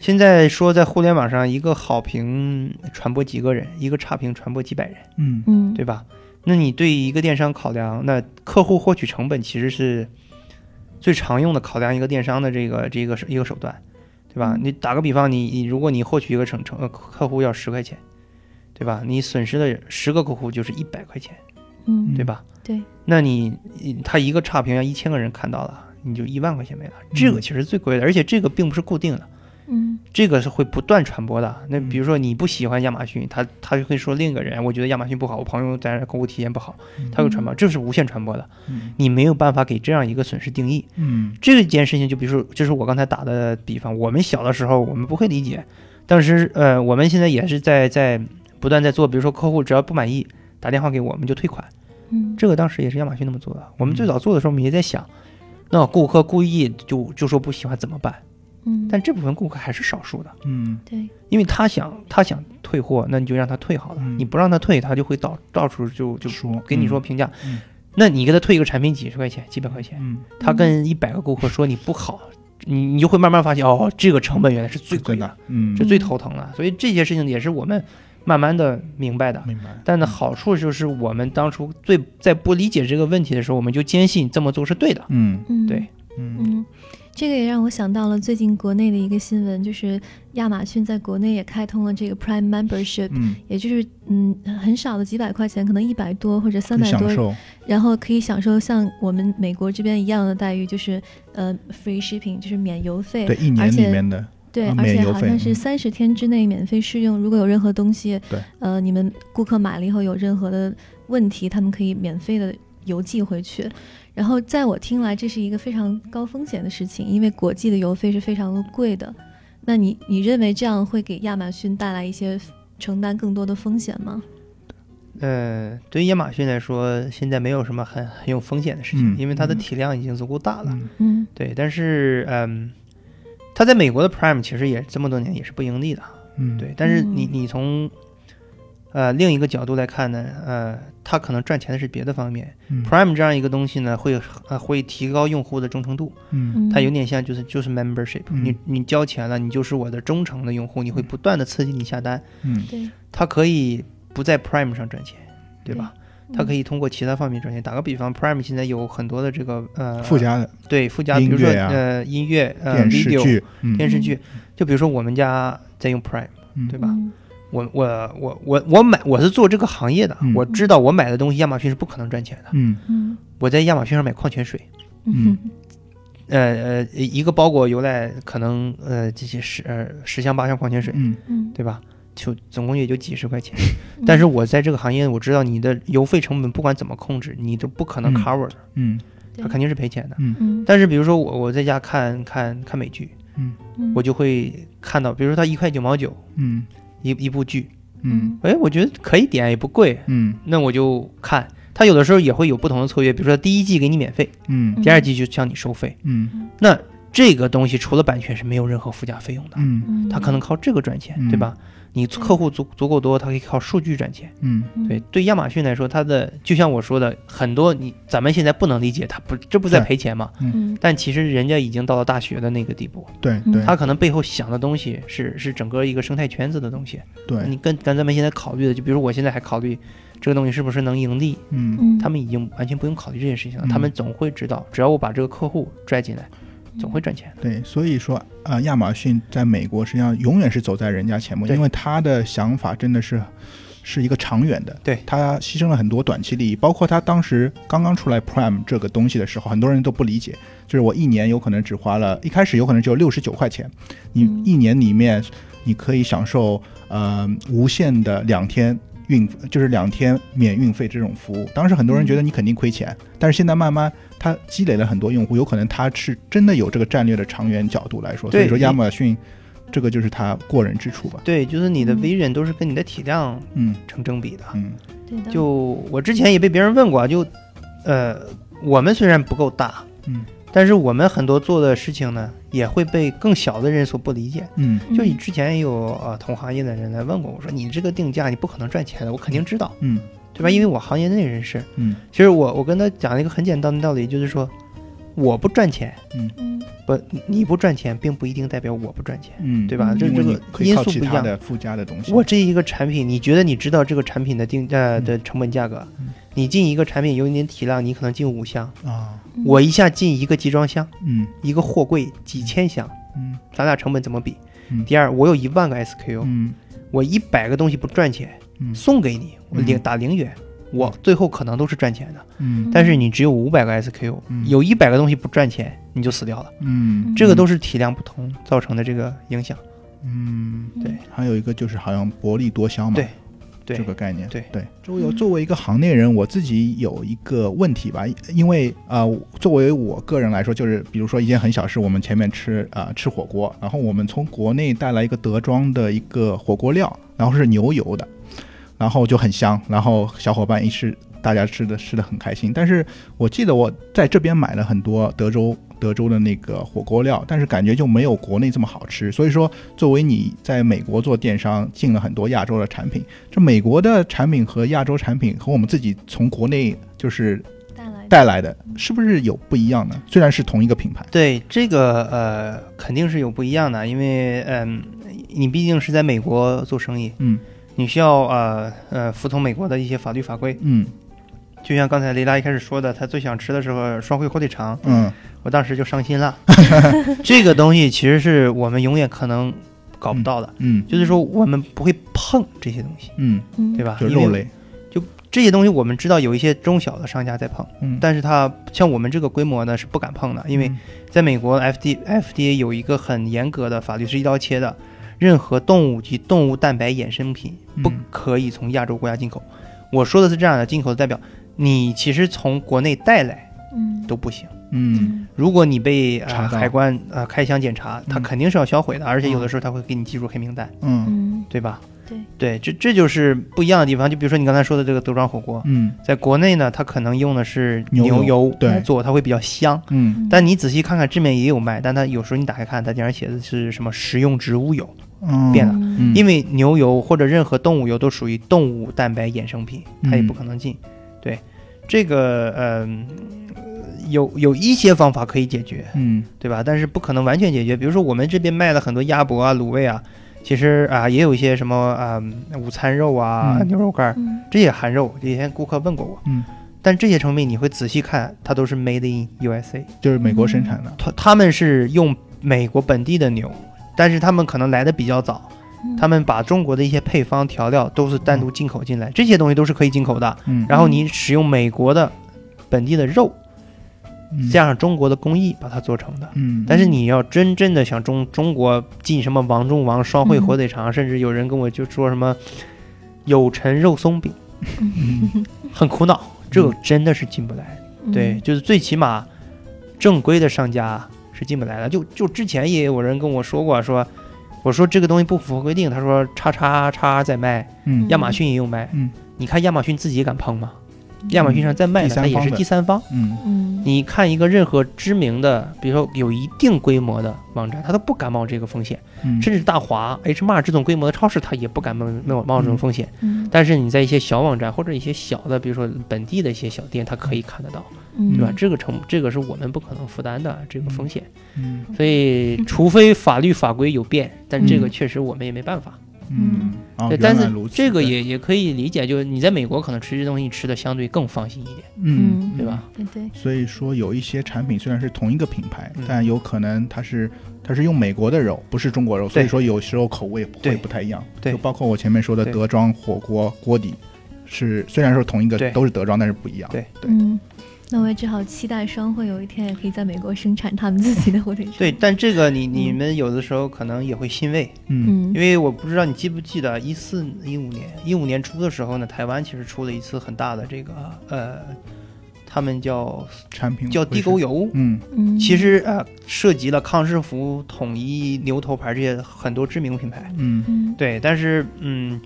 S1: 现在说在互联网上，一个好评传播几个人，一个差评传播几百人，
S2: 嗯
S3: 嗯，
S1: 对吧？那你对一个电商考量，那客户获取成本其实是最常用的考量一个电商的这个这个一个手段，对吧？
S3: 嗯
S1: 你打个比方，你你如果你获取一个成成呃客户要十块钱，对吧？你损失的十个客户就是一百块钱。
S3: 嗯
S1: 对吧？
S3: 对，
S1: 那你你他一个差评让一千个人看到了，你就一万块钱没了，这个其实最贵的，而且这个并不是固定的，
S3: 嗯
S1: 这个是会不断传播的。那
S2: 嗯
S1: 比如说你不喜欢亚马逊，他他就会说另一个人，我觉得亚马逊不好，我朋友在那购物体验不好，
S3: 嗯
S1: 他会传播，这是无限传播的，
S2: 嗯
S1: 你没有办法给这样一个损失定义。
S2: 嗯
S1: 这件事情，就比如说，就是我刚才打的比方，我们小的时候我们不会理解，当时呃，我们现在也是在在不断在做，比如说客户只要不满意，打电话给我们就退款。
S3: 嗯
S1: 这个当时也是亚马逊那么做
S2: 嗯
S1: 的。我们最早做的时候，我们也在想，那顾客故意就就说不喜欢怎么办？
S3: 嗯，
S1: 但这部分顾客还是少数的，
S2: 嗯
S3: 对
S1: 因为他想他想退货，那你就让他退好了。
S2: 嗯
S1: 你不让他退，他就会到到处就就
S2: 说
S1: 给你说评价。
S2: 嗯
S1: 那你给他退一个产品几十块钱、几百块钱，
S2: 嗯
S1: 他跟一百个顾客说你不好，你你就会慢慢发现哦，这个成本原来是最贵
S2: 真
S1: 的
S2: 的，嗯
S1: 是最头疼的。所以这些事情也是我们慢慢的明白的。
S2: 明白嗯
S1: 但呢，好处就是我们当初最在不理解这个问题的时候，我们就坚信这么做是对的。
S2: 嗯
S3: 嗯
S1: 对
S2: 嗯
S3: 嗯，这个也让我想到了最近国内的一个新闻，就是亚马逊在国内也开通了这个 Prime Membership，、
S2: 嗯
S3: 也就是嗯很少的几百块钱，可能一百多或者三
S2: 很
S3: 百
S2: 享
S3: 多，
S2: 受
S3: 然后可以享受像我们美国这边一样的待遇，就是呃 free shipping，就是免邮费。
S2: 对一年
S3: 而且
S2: 里面的
S3: 对，
S2: 啊
S3: 而
S2: 免
S3: 且
S2: 邮
S3: 好
S2: 费
S3: 像是
S2: 嗯
S3: 三十天之内免费试用，如果有任何东西，
S2: 对，
S3: 呃，你们顾客买了以后有任何的问题，他们可以免费的邮寄回去。然后在我听来，这是一个非常高风险的事情，因为国际的邮费是非常的贵的。那你你认为这样会给亚马逊带来一些承担更多的风险吗？
S1: 呃，对于亚马逊来说，现在没有什么很很有风险的事情，
S2: 嗯
S1: 因为它的
S3: 嗯
S1: 体量已经足够大了。
S2: 嗯
S3: 嗯
S1: 对，但是嗯，它在美国的 Prime 其实也这么多年也是不盈利的。
S2: 嗯
S1: 对，但是你
S3: 嗯
S1: 你从呃另一个角度来看呢，呃，它可能赚钱的是别的方面。
S2: 嗯
S1: Prime 这样一个东西呢，会呃会提高用户的忠诚度。
S2: 嗯
S3: 嗯，
S1: 它有点像就是就是 membership，、
S2: 嗯
S1: 你你交钱了，你就是我的忠诚的用户，你会不断的刺激你下单，
S2: 嗯
S3: 对，
S1: 它可以不在 Prime 上赚钱，对吧？
S2: 嗯
S1: 它可
S3: 以
S1: 以通过其他方面赚钱。打个比方，Prime 现在有很多的这个呃
S2: 附加的
S1: 对附加，比
S2: 音
S1: 如说
S2: 乐啊
S1: 呃音乐、呃
S2: 电视
S1: video、
S2: 剧嗯
S1: 电视剧，就比如说我们家在用 Prime，
S2: 嗯
S1: 对吧？我我我我我买我是做这个行业的，
S2: 嗯
S1: 我知道我买的东西亚马逊是不可能赚钱的。
S2: 嗯
S3: 嗯
S1: 我在亚马逊上买矿泉水，
S3: 嗯
S1: 呃呃，一个包裹邮来可能呃这些十呃十箱八箱矿泉水，
S2: 嗯
S3: 嗯
S1: 对吧？就总共也就几十块钱。但是我在这个行业，我知道你的邮费成本不管怎么控制，你都不可能
S2: 嗯
S1: cover，的、
S2: 嗯
S3: 对
S1: 它肯定是赔钱的。
S3: 嗯，
S1: 但是比如说我我在家看看看美剧，
S3: 嗯
S1: 我就会看到，比如说它一块九毛九
S2: 嗯
S1: 一一部剧，
S2: 嗯
S1: 哎，我觉得可以点，也不贵，
S2: 嗯
S1: 那我就看。它有的时候也会有不同的策略，比如说第一季给你免费，
S2: 嗯
S1: 第二季就向你收费。
S2: 嗯
S1: 那这个东西除了版权是没有任何附加费用的，
S2: 嗯
S3: 嗯
S1: 它可能靠这个赚钱，
S2: 嗯
S1: 对吧？你
S3: 对
S1: 客户足足够多，它可以靠数据赚钱。
S2: 嗯
S1: 对，，对亚马逊来说，它的就像我说的，很多你咱们现在不能理解，它不这不在
S2: 对
S1: 赔钱嘛？
S3: 嗯
S1: 但其实人家已经到了大学的那个地步，
S2: 对
S3: 嗯
S2: 对
S1: 他可能背后想的东西是是整个一个生态圈子的东西。
S2: 对
S1: 你跟跟咱们现在考虑的，就比如我现在还考虑这个东西是不是能盈利，
S2: 嗯
S3: 嗯，
S1: 他们已经完全不用考虑这件事情了，
S2: 嗯
S1: 他们总会知道，只要我把这个客户拽进来，总
S2: 嗯
S1: 会赚钱的。
S2: 对，所以说呃，亚马逊在美国实际上永远是走在人家前面，
S1: 对
S2: 因为他的想法真的是是一个长远的。
S1: 对
S2: 他牺牲了很多短期利益，包括他当时刚刚出来 Prime 这个东西的时候，很多人都不理解，就是我一年有可能只花了，一开始有可能只有六十九块钱，你
S3: 嗯
S2: 一年里面你可以享受呃无限的两天。运就是两天免运费这种服务，当时很多人觉得你肯定亏钱，但是现在慢慢它积累了很多用户，有可能它是真的有这个战略的长远角度来说，所
S1: 对
S2: 以说
S1: 你
S2: 亚马逊这个就是它过人之处吧。
S1: 对，就是你的
S3: 嗯
S1: vision 都是跟你的体量
S2: 嗯
S1: 成正比的。
S2: 嗯
S3: 对的，
S1: 就我之前也被别人问过啊，就呃，我们虽然不够大，
S2: 嗯，
S1: 但是我们很多做的事情呢，也会被更小的人所不理解。
S2: 嗯
S1: 就你之前也有呃同行业的人来问过我说，你这个定价你不可能赚钱的，我肯定知道，
S2: 嗯
S1: 对吧？因为我行业内人士。
S2: 嗯
S1: 其实我我跟他讲了一个很简单的道理，就是说我不赚钱，
S3: 嗯
S1: 不你不赚钱，并不一定代表我不赚钱。
S2: 嗯，
S1: 对吧这
S2: 因为
S1: 这个
S2: 你可以
S1: 因
S2: 靠
S1: 素
S2: 其
S1: 不一
S2: 他
S1: 样
S2: 的附加的东西。
S1: 我这一个产品，你觉得你知道这个产品的定呃
S2: 嗯
S1: 的成本价格
S2: 嗯，
S1: 你进一个产品有你体量，你可能进五箱，
S2: 啊，
S3: 嗯
S1: 我一下进一个集装箱，
S2: 嗯
S1: 一个货柜几千箱，
S2: 嗯
S1: 咱俩成本怎么比
S2: 嗯？
S1: 第二，我有一万个 SKU，
S2: 嗯
S1: 我一百个东西不赚钱，
S2: 嗯
S1: 送给你，我零
S2: 嗯
S1: 打零元，我最后可能都是赚钱的。
S2: 嗯
S1: 但是你只有五百个 SKU，
S2: 嗯
S1: 有一百个东西不赚钱，你就死掉了。
S2: 嗯，
S1: 这个都是体量不同造成的这个影响。
S2: 嗯
S1: 对
S2: 还有一个就是好像薄利多销嘛，
S1: 对对
S2: 这个概念。
S1: 对
S2: 对，周游作为一个行内人，我自己有一个问题吧，因为呃，作为我个人来说，就是比如说一件很小事，我们前面吃呃吃火锅，然后我们从国内带来一个德庄的一个火锅料，然后是牛油的，然后就很香，然后小伙伴一吃，大家吃的吃的很开心。但是我记得我在这边买了很多德州德州的那个火锅料，但是感觉就没有国内这么好吃。所以说，作为你在美国做电商，进了很多亚洲的产品，这美国的产品和亚洲产品和我们自己从国内就是
S3: 带来
S2: 带来的，是不是有不一样呢？虽然是同一个品牌，
S1: 对这个呃，肯定是有不一样的，因为嗯、你毕竟是在美国做生意，
S2: 嗯
S1: 你需要呃呃服从美国的一些法律法规。
S2: 嗯
S1: 就像刚才雷拉一开始说的，她最想吃的时候双汇火腿肠，
S2: 嗯
S1: 我当时就伤
S2: (laughs)
S1: 心了。 (laughs) 这个东西其实是我们永远可能搞不到的，
S2: 嗯
S1: 就是说我们不会碰这些东西，
S2: 嗯，
S1: 对
S3: 对吧？
S1: 吧？
S2: 就
S1: 因为
S2: 肉类，
S1: 这些东西我们知道有一些中小的商家在碰，
S2: 嗯，
S1: 但是它像我们这个规模呢是不敢碰的，因为在美国 FD FDA 有一个很严格的法律，是一刀切的，任何动物及动物蛋白衍生品
S2: 嗯
S1: 不可以从亚洲国家进口。我说的是这样的，进口的代表你其实从国内带来
S3: 嗯
S1: 都不行。
S2: 嗯
S1: 如果你被
S2: 查
S1: 呃
S2: 到
S1: 海关呃开箱检查，它
S2: 嗯
S1: 肯定是要销毁的，而且有的时候它会给你记入黑名单，
S2: 嗯
S3: 嗯
S1: 对吧？
S3: 对
S1: 对，这这就是不一样的地方。就比如说你刚才说的这个德庄火锅，
S2: 嗯
S1: 在国内呢，它可能用的是
S2: 牛油
S1: 牛油
S2: 对
S1: 来做，它会比较香。
S2: 嗯
S1: 但你仔细看看，这面也有卖，但它有时候你打开看，它竟然写的是什么食用植物油，
S2: 嗯，
S1: 变了
S2: 嗯
S1: 因为牛油或者任何动物油都属于动物蛋白衍生品，它也
S2: 嗯
S1: 不可能进。对，这个嗯、有有一些方法可以解决，
S2: 嗯
S1: 对吧？但是不可能完全解决。比如说我们这边卖的很多鸭脖啊、卤味啊，其实啊也有一些什么啊、午餐肉啊、
S2: 嗯
S1: 牛肉干儿，
S3: 嗯
S1: 这也含肉。以前顾客问过我，
S2: 嗯，
S1: 但这些成品你会仔细看，它都是 made in USA，
S2: 就是美国生产的，
S1: 他他们是用美国本地的牛，但是他们可能来的比较早，
S3: 嗯
S1: 他们把中国的一些配方调料都是单独进口进来，这些东西都是可以进口的。
S2: 嗯
S1: 然后你使用美国的本地的肉，
S2: 嗯
S1: 加上中国的工艺把它做成的。
S2: 嗯，
S1: 但是你要真正的想中中国进什么王中王双汇火腿
S2: 嗯
S1: 肠，甚至有人跟我就说什么有陈肉松饼，
S2: 嗯
S1: 很苦恼，这个真的是进不来。
S3: 嗯
S1: 对，，就是最起码正规的商家是进不来的。就就之前也有人跟我说过，说我说这个东西不符合规定，他说叉叉叉在卖，
S2: 嗯
S1: 亚马逊也有卖。
S2: 嗯，
S1: 你看亚马逊自己敢碰吗？亚马逊上在卖
S2: 第
S1: 的，
S2: 三
S1: 它也
S2: 方
S1: 是
S2: 的
S1: 第三方。
S2: 嗯
S3: 嗯，
S1: 你看一个任何知名的，比如说有一定规模的网站，它都不敢冒这个风险，
S2: 嗯，
S1: 甚至大华、H m a r 这种规模的超市，它也不敢冒冒冒这种风险。
S3: 嗯，
S1: 但是你在一些小网站或者一些小的，比如说本地的一些小店，它可以看得到，
S3: 嗯
S1: 对吧？？这个成这个是我们不可能负担的这个风险，
S2: 嗯
S1: 所以除非法律法规有变，但这个
S2: 嗯
S1: 确实我们也没办法。
S2: 嗯，哦
S1: 对，
S2: 原
S1: 但
S2: 来
S1: 是
S2: 如此，
S1: 这个
S2: 对
S1: 也也可以理解，就是你在美国可能吃这东西吃的相对更放心一点，
S2: 嗯，
S1: 对吧？？
S3: 对对，
S2: 所以说，有一些产品虽然是同一个品牌，
S1: 嗯
S2: 但有可能它是它是用美国的肉，不是中国肉，所以说有时候口味会
S1: 对
S2: 不太一样。
S1: 对
S2: 就包括我前面说的
S1: 对
S2: 德庄火锅锅底，是虽然说同一个
S1: 对
S2: 都是德庄，但是不一样。
S1: 对
S2: 对
S3: 嗯，那我也只好期待双汇有一天也可以在美国生产他们自己的火腿肠。
S1: 对，，但这个你你
S3: 嗯
S1: 们有的时候可能也会欣慰，
S2: 嗯
S3: 嗯
S1: 因为我不知道你记不记得一四一五年一五年初的时候呢，台湾其实出了一次很大的这个呃，他们叫
S2: 产品
S1: 叫
S2: 会
S1: 地
S2: 是
S1: 沟，油，
S2: 嗯
S3: 嗯，
S1: 其实呃涉及了康师傅、统一、牛头牌这些很多知名品牌。
S2: 嗯
S3: 嗯，
S1: 对，但是嗯，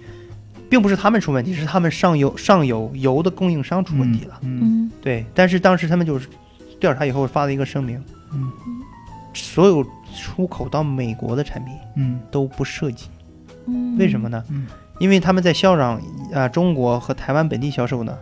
S1: 并不是他们出问题，是他们上游上游油的供应商出问题了。
S2: 嗯
S3: 嗯
S1: 对，但是当时他们就是调查以后发了一个声明，
S2: 嗯
S1: 所有出口到美国的产品
S2: 嗯
S1: 都不涉及，
S3: 嗯，
S1: 为什么？呢？
S2: 嗯
S1: 因为他们在销量啊、中国和台湾本地销售呢，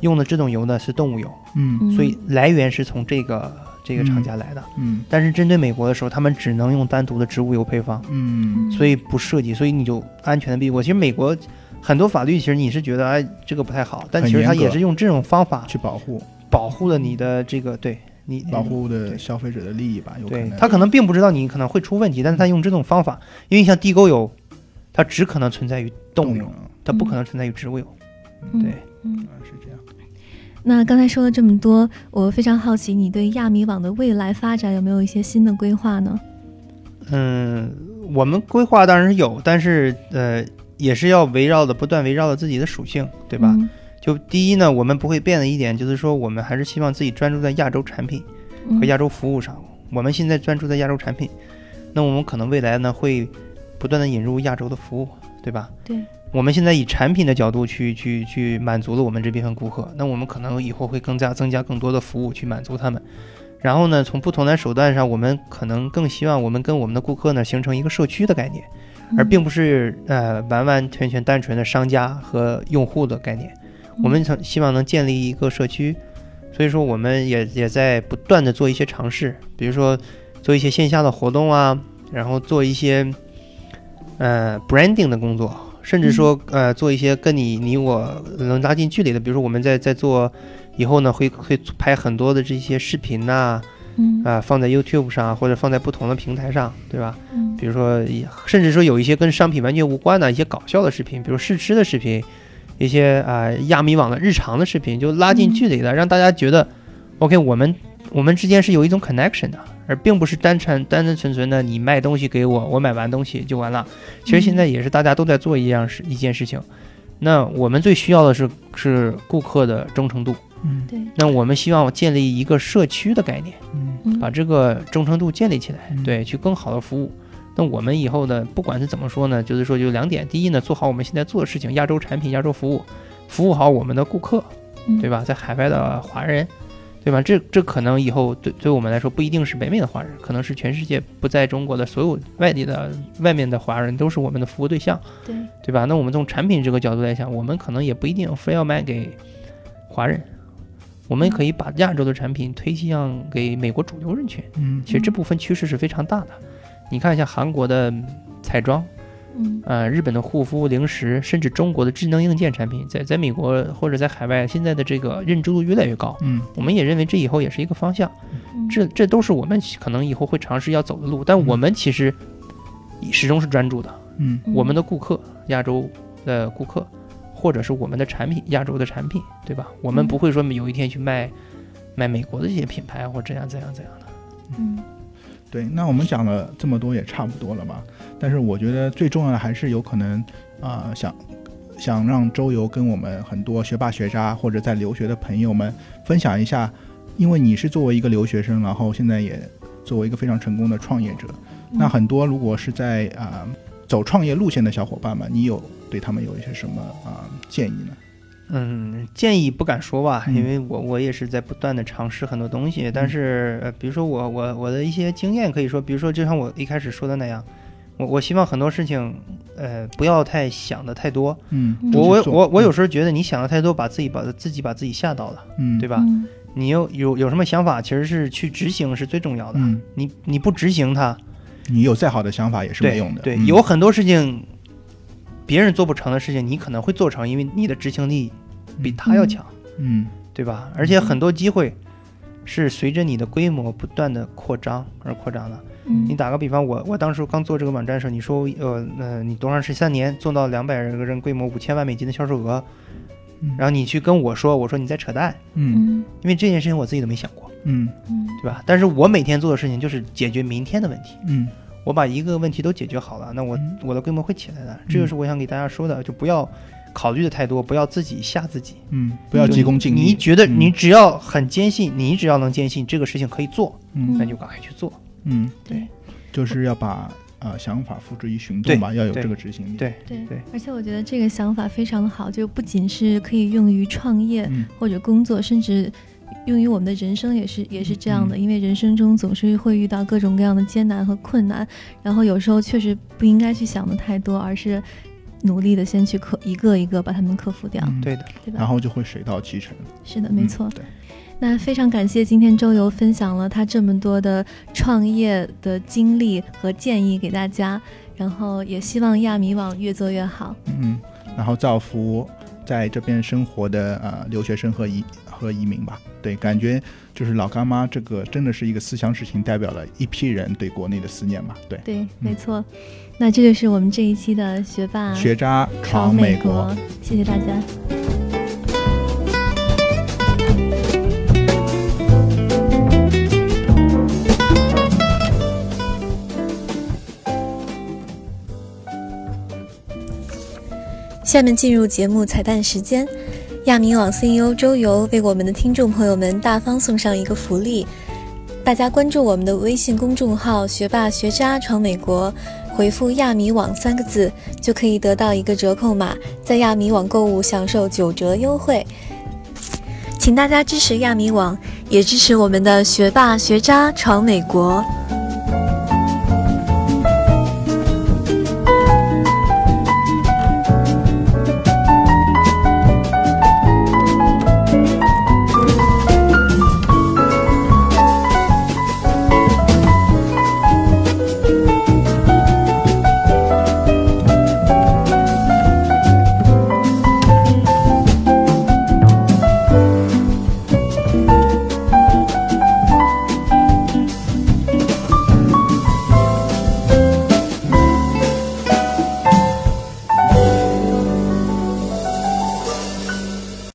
S1: 用的这种油呢是动物油，
S2: 嗯
S1: 所以来源是从这个这个厂家来的。
S2: 嗯
S1: 但是针对美国的时候，他们只能用单独的植物油配方，
S2: 嗯
S1: 所以不涉及，所以你就安全的避过。其实美国很多法律其实你是觉得哎这个不太好，但
S2: 很
S1: 其实它
S2: 严格
S1: 也是用这种方法
S2: 去保护
S1: 保护了你的这个对你
S2: 保。护的
S1: 对
S2: 消费者的利益吧，有
S1: 嗯
S2: 可
S1: 对
S2: 能
S1: 他可能并不知道你可能会出问题，但是他用这种方法，因为像地沟油，它只可能存在于动物油，
S2: 了
S1: 它不可能存在于植物油。对，
S3: 嗯。
S2: 啊是这样。
S3: 那刚才说了这么多，我非常好奇你对亚米网的未来发展有没有一些新的规划呢？
S1: 嗯，我们规划当然是有，但是呃，也是要围绕的不断围绕着自己的属性，对
S3: 对
S2: 嗯
S1: 吧？？就第一呢，我们不会变的一点就是说，我们还是希望自己专注在亚洲产品
S3: 嗯
S1: 和亚洲服务上。我们现在专注在亚洲产品，那我们可能未来呢会不断的引入亚洲的服务，对吧？
S3: 对，
S1: 我们现在以产品的角度去去去满足了我们这部分顾客，那我们可能以后会更加增加更多的服务去满足他们。然后呢，从不同的手段上，我们可能更希望我们跟我们的顾客呢形成一个社区的概念，
S3: 嗯
S1: 而并不是呃完完全全单纯的商家和用户的概念。
S3: 嗯
S1: 我们想希望能建立一个社区，所以说我们也也在不断的做一些尝试，比如说做一些线下的活动啊，然后做一些呃 branding 的工作，甚至说呃做一些跟你你我能拉近距离的，比如说我们在在做以后呢，会会拍很多的这些视频呐、
S3: 嗯
S1: 啊，放在 YouTube 上啊或者放在不同的平台上，对吧？
S3: 嗯
S1: 比如说，甚至说有一些跟商品完全无关的一些搞笑的视频，比如试吃的视频，一些啊、呃亚米网的日常的视频，就拉近距离的，让大家觉得，OK，我们我们之间是有一种 connection 的，而并不是单纯单单纯纯的你卖东西给我，我买完东西就完了。其实现在也是大家都在做一样事一件事情，那我们最需要的是是顾客的忠诚度。
S2: 嗯
S3: 对，
S1: 那我们希望建立一个社区的概念。
S2: 嗯
S3: 嗯
S1: 把这个忠诚度建立起来
S2: 嗯，
S1: 对，去更好的服务。那我们以后呢，不管是怎么说呢，就是说有两点：第一呢，做好我们现在做的事情，亚洲产品、亚洲服务，服务好我们的顾客，
S3: 嗯
S1: 对吧？在海外的华人，对吧？这这可能以后对对我们来说不一定是北美的华人，可能是全世界不在中国的所有外地的外面的华人都是我们的服务对象，
S3: 对，
S1: 对吧？那我们从产品这个角度来讲，我们可能也不一定非要卖给华人，我们可以把亚洲的产品推向给美国主流人群。
S2: 嗯
S1: 其实这部分趋势是非常大的。你看一下韩国的嗯彩妆，
S3: 嗯
S1: 呃，日本的护肤、零食，甚至中国的智能硬件产品，在在美国或者在海外，现在的这个认知度越来越高。
S2: 嗯
S1: 我们也认为这以后也是一个方向，
S3: 嗯
S1: 这这都是我们可能以后会尝试要走的路。但我们其实始终是专注的，
S2: 嗯
S1: 我们的顾客，亚洲的顾客，或者是我们的产品，亚洲的产品，对吧？我们
S3: 嗯
S1: 不会说有一天去卖卖美国的这些品牌或怎样怎样怎样的。
S3: 嗯
S2: 对，那我们讲了这么多也差不多了吧？但是我觉得最重要的还是有可能啊、呃想想让周游跟我们很多学霸学渣或者在留学的朋友们分享一下，因为你是作为一个留学生，然后现在也作为一个非常成功的创业者，
S3: 嗯
S2: 那很多如果是在啊、呃走创业路线的小伙伴们，你有对他们有一些什么啊、呃建议呢？
S1: 嗯，建议不敢说吧，
S2: 嗯
S1: 因为我我也是在不断的尝试很多东西，但是呃，比如说我我我的一些经验可以说，比如说就像我一开始说的那样，我我希望很多事情呃不要太想的太多，
S2: 嗯，
S3: 嗯
S2: 就
S1: 我
S2: 去
S1: 我
S2: 做
S1: 我我有时候觉得你想的太多，把自己把自己把自己吓到了，
S2: 嗯
S1: 对吧？
S3: 嗯
S1: 你有有有什么想法，其实是去执行是最重要的。
S2: 嗯，
S1: 你你不执行它，
S2: 你有再好的想法也是
S1: 对
S2: 没用的。
S1: 对，
S2: 嗯
S1: 有很多事情别人做不成的事情，你可能会做成，因为你的执行力比他要强，
S2: 嗯
S1: 对吧？而且很多机会是随着你的规模不断的扩张而扩张的。你
S3: 嗯
S1: 打个比方，我我当时刚做这个网站的时候，你说呃呃，你多长时三年做到两百个人规模五千万美金的销售额，
S2: 嗯
S1: 然后你去跟我说，我说你在扯淡，
S2: 嗯
S3: 嗯
S1: 因为这件事情我自己都没想过，
S2: 嗯
S3: 嗯
S1: 对吧？但是我每天做的事情就是解决明天的问题。
S2: 嗯
S1: 我把一个问题都解决好了，那我、
S2: 嗯
S1: 我的规模会起来的。这就是我想给大家说的，就不要考虑的太多，不要自己吓自己，
S2: 嗯，不要
S1: 就
S2: 急功近利。
S1: 你觉得
S2: 嗯
S1: 你只要很坚信，你只要能坚信这个事情可以做，
S2: 嗯
S1: 那就赶快去做。
S2: 嗯，
S3: 对
S2: 就是要把呃想法付之于行
S1: 对
S2: 动吧，要有
S1: 对
S2: 这个执行力。，
S1: 对
S3: 对
S1: 对，
S3: 而且我觉得这个想法非常的好，就不仅是可以用于创业
S2: 嗯
S3: 或者工作，甚至用于我们的人生也是也是这样嗯的，因为人生中总是会遇到各种各样的艰难和困难，然后有时候确实不应该去想的太多，而是努力的先去克一个一个把它们克服掉，
S2: 嗯，
S1: 对的，
S3: 对吧
S2: 然？后就会水到渠成。
S3: 是的，没错。
S2: 嗯对，
S3: 那非常感谢今天周游分享了他这么多的创业的经历和建议给大家，然后也希望亚米网越做越好。
S2: 嗯，然后造福在这边生活的呃留学生和移和移民吧。对，感觉就是老干妈这个真的是一个思想史情，代表了一批人对国内的思念吧。对，
S3: 对，没错。那这就是我们这一期的学
S1: 啊
S3: 霸
S2: 学渣
S3: 闯
S2: 闯美
S3: 国，谢谢大家。下面进入节目彩蛋时间，亚米网 CEO 周游为我们的听众朋友们大方送上一个福利，大家关注我们的微信公众号“学霸学渣闯美国”，回复“亚米网”三个字，就可以得到一个折扣码，在亚米网购物享受九折优惠。请大家支持亚米网，也支持我们的学霸学渣闯美国。